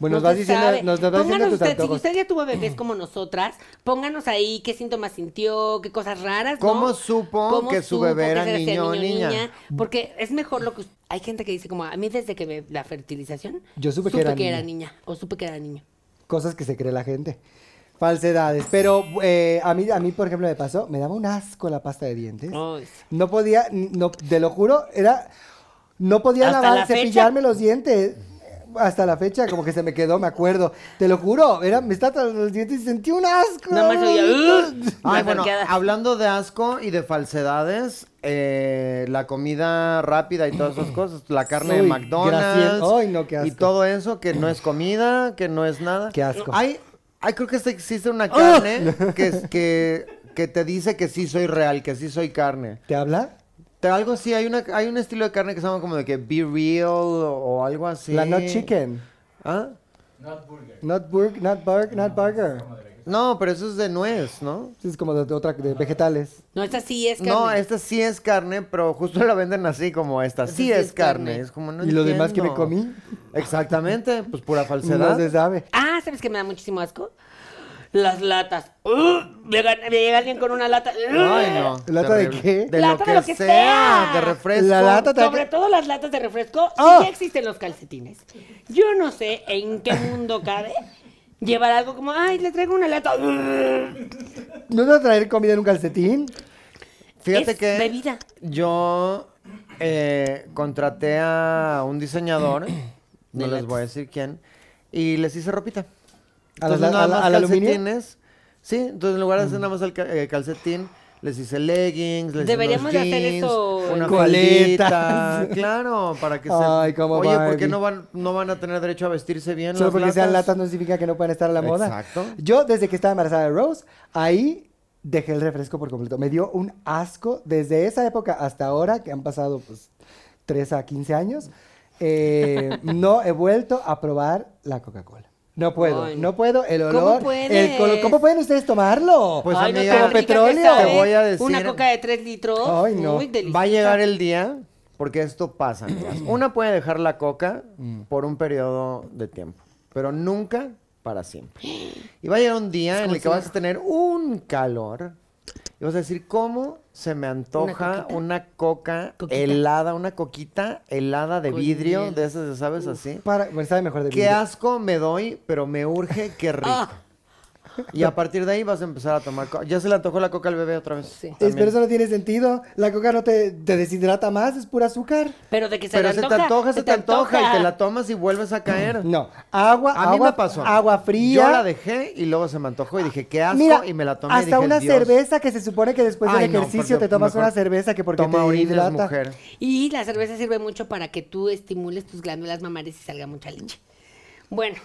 S5: Bueno, nos
S2: No
S5: vas
S2: se
S5: diciendo,
S2: sabe.
S5: nos, nos vas diciendo
S2: Pónganos
S5: tus
S2: usted, si
S5: antojos.
S2: usted ya tuvo bebés como nosotras, pónganos ahí qué síntomas sintió, qué cosas raras. ¿no?
S3: ¿Cómo supo que su bebé
S2: que
S3: era
S2: se decía
S3: niño o niña?
S2: Porque es mejor lo que. us- Hay gente que dice, como a mí desde que me, la fertilización.
S5: Yo supe que era niña.
S2: O supe que era niño.
S5: Cosas que se cree la gente. Falsedades. Pero eh, a, mí, a mí, por ejemplo, me pasó, me daba un asco la pasta de dientes.
S2: Ay,
S5: No podía, n- no, te lo juro, era. No podía
S2: ¿Hasta la
S5: lavar,
S2: fecha?
S5: cepillarme los dientes. Hasta la fecha, como que se me quedó, me acuerdo. Te lo juro, era, me estaba tras los dientes y sentí un asco.
S2: Nada más oía. "Ugh".
S3: Ay,
S2: Las
S3: bueno, ah,
S2: arqueadas.
S3: hablando de asco y de falsedades, eh, la comida rápida y todas esas cosas, la carne de
S5: Uy,
S3: McDonald's
S5: Graciela, ay, no, qué
S3: y
S5: asco.
S3: todo eso que no es comida, que no es nada.
S5: Qué asco.
S3: Hay, hay creo que hasta existe una carne que, es- que, que te dice que sí soy real, que sí soy carne.
S5: ¿Te habla?
S3: Te- algo así, hay, una, hay un estilo de carne que se llama como de que be real o algo así.
S5: La not chicken.
S3: ¿Ah?
S5: Not burger, not burger, not burger.
S3: No, pero eso es de nuez, ¿no?
S5: Es como de, de otra, de vegetales.
S2: No, esta sí es carne.
S3: No, esta sí es carne, pero justo la venden así como esta. Sí, es, carne. Es como, no
S5: ¿Y lo demás que me
S3: entiendo.
S5: comí?
S3: Exactamente, pues pura falsedad.
S5: No se sabe.
S2: Ah, ¿sabes que me da muchísimo asco? Las latas. ¡Ugh! Llega, llega alguien con una lata. ¡Ugh!
S3: Ay, no.
S5: ¿Lata de
S3: terrible.
S5: qué?
S3: De
S2: Lata
S3: lo que, sea, de refresco.
S5: La lata te-
S2: Sobre todo las latas de refresco, sí
S5: ¡Ah!
S2: ya existen los calcetines. Yo no sé en qué mundo cabe llevar algo como, ay, le traigo una lata.
S3: Pues,
S5: ¿No te va a traer comida en un calcetín?
S3: Fíjate
S2: Es
S3: que
S2: bebida.
S3: yo eh, contraté a un diseñador, no les voy a decir quién, y les hice ropita.
S5: ¿A las-
S3: Entonces,
S5: a
S3: nada
S5: la-
S3: más
S5: al aluminio? Mm.
S3: calcetines. Sí, entonces en lugar de hacer nada más el ca- eh, calcetín, les hice leggings, les hice
S2: Deberíamos
S3: unos
S2: de hacer
S3: jeans,
S2: eso
S3: una
S2: en-
S5: Coletas.
S3: faldita, claro, para que se...
S5: Ay, cómo
S3: Oye, ¿por qué
S5: Barbie.
S3: no van, no van a tener derecho a vestirse bien
S5: Solo
S3: las
S5: porque sean
S3: latas?
S5: latas no significa que no puedan estar a la moda.
S3: Exacto.
S5: Yo, desde que estaba embarazada de Rose, ahí dejé el refresco por completo. Me dio un asco desde esa época hasta ahora, que han pasado pues 3 a 15 años. eh, no he vuelto a probar la Coca-Cola. No puedo,
S2: Ay, no.
S5: no puedo. El
S2: ¿Cómo
S5: olor. el colo-
S2: puedes?
S5: ¿Cómo pueden ustedes tomarlo?
S3: Pues,
S2: Ay,
S3: amiga,
S2: tan rica que
S5: petróleo.
S2: sabe.
S3: Te voy a decir-
S2: Una coca de tres litros.
S5: Ay, no.
S2: Uy, deliciosa.
S3: Va a llegar el día, porque esto pasa. amigas. Una puede dejar la coca por un periodo de tiempo, pero nunca para siempre. Y va a llegar un día en el que vas a tener un calor y vas a decir, ¿cómo se me antoja una, coca helada, una coquita helada de vidrio, de esas, ya ¿sabes? Así.
S5: Para, bueno, sabe mejor de
S3: Qué
S5: vidrio.
S3: asco me doy, pero me urge, qué rico. Y a partir de ahí vas a empezar a tomar coca. Ya se le antojó la coca al bebé otra vez.
S2: Sí.
S5: Es,
S3: también.
S5: pero eso no tiene sentido. La coca no te, te deshidrata más, es pura azúcar.
S2: Pero de que se
S3: Pero
S2: te
S3: se
S2: antoja.
S3: te antoja, se te antoja y te la tomas y vuelves a caer.
S5: No, agua,
S3: A mí
S5: agua,
S3: me pasó.
S5: agua fría.
S3: Yo la dejé y luego se me antojó y dije, qué asco,
S5: Mira,
S3: y me la tomé. y
S5: hasta
S3: dije,
S5: una
S3: "Dios".
S5: cerveza que se supone que después
S3: Ay,
S5: del
S3: no,
S5: ejercicio
S3: porque
S5: te tomas
S3: mejor
S5: una cerveza que porque
S3: Toma
S5: te
S3: orines,
S5: hidrata.
S3: mujer.
S2: Y la cerveza sirve mucho para que tú estimules tus glándulas mamares y salga mucha leche. Bueno,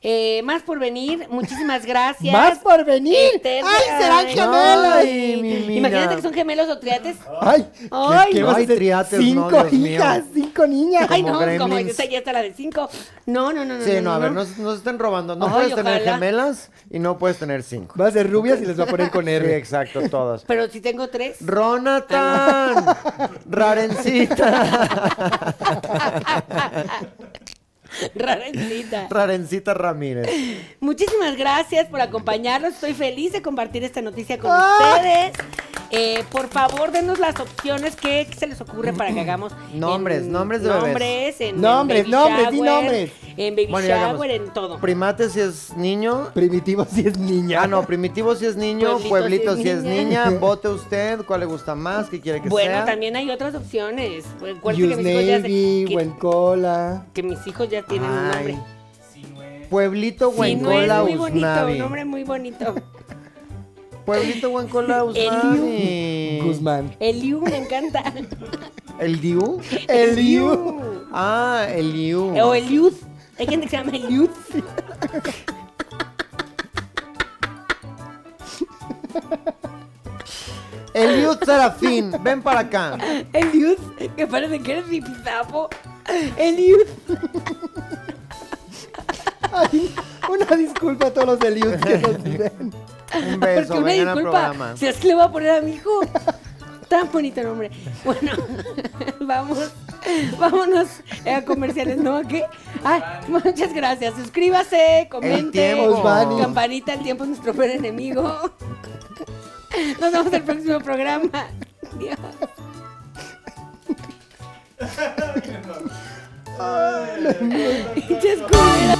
S2: eh, más por venir. Muchísimas gracias.
S5: ¡Más por venir!
S2: Eterna-
S5: ¡Ay, serán
S2: Ay,
S5: gemelos!
S3: ay, mi mina.
S2: Imagínate que son gemelos o triates.
S5: ¡Ay! ¿qué-
S2: Ay,
S5: qué
S2: no.
S5: vas a
S3: Ay,
S5: hacer?
S3: triates, no,
S5: ¡Cinco
S3: Dios mío.
S5: hijas! ¡Cinco niñas!
S2: Ay, no, como
S3: gremlins.
S2: esta ya está la de cinco. No, no, no, no.
S3: Sí, no, a ver, no, no se estén robando. No
S2: Ay,
S3: puedes tener
S2: ojalá.
S3: gemelas y no puedes tener cinco.
S5: Va a ser rubias y les va a poner con
S3: Sí,
S5: R.
S3: exacto, todas.
S2: Pero si tengo tres.
S3: Ronatan, rarencita,
S2: Rarencita.
S3: rarencita Ramírez.
S2: Muchísimas gracias por acompañarnos. Estoy feliz de compartir esta noticia con ustedes. Eh, por favor, denos las opciones que se les ocurre para que hagamos.
S3: Nombres, nombres de bebés.
S2: nombres, en- en
S5: Nombres,
S2: baby
S5: nombres, di
S2: shower,
S5: nombres.
S2: En baby
S3: Bueno, ya hagamos.
S2: shower, en todo.
S3: Primate si es niño.
S5: Primitivo si es niña.
S3: Ah, no, primitivo si es niño,
S2: Pueblito
S3: pueblito,
S2: si
S3: si
S2: es
S3: es
S2: niña.
S3: niña. Vote usted, cuál le gusta más, qué quiere que
S2: bueno,
S3: sea.
S2: también hay otras opciones. Acuérdense
S5: Use
S2: que mis hijos ya se-
S5: Navy,
S2: que-
S5: Wencola.
S2: que mis hijos ya tienen un nombre.
S3: Ay. Pueblito
S2: Sí, no es
S3: Huencola
S2: muy bonito,
S3: Usnavi.
S2: un nombre muy bonito.
S3: Pueblito Huencola Usnavi. Eh.
S2: Eliu.
S5: Guzmán.
S2: El Liu me encanta.
S3: ¿El Diu?
S5: El Eliu.
S3: Ah, el Diu.
S2: O el Liud. Hay gente que se llama el Liud.
S3: El Diu Serafín. Ven para acá.
S2: El Liud, que parece que eres mi pisapo. El Liud.
S5: Ay, una disculpa a todos los Elius que nos ven.
S3: Un
S2: Porque
S3: beso,
S2: una
S3: vengan al
S2: disculpa.
S3: programa.
S2: Si es que le voy a poner a mi hijo. Tan bonito nombre. Bueno, vamos. Vámonos eh, a comerciales, ¿no? ¿A qué? Ay, muchas gracias. Suscríbase, comente.
S3: tiempo.
S5: Osvani.
S2: Campanita, el tiempo es nuestro peor enemigo. Nos vemos el próximo programa. Adiós. Pinches culeras.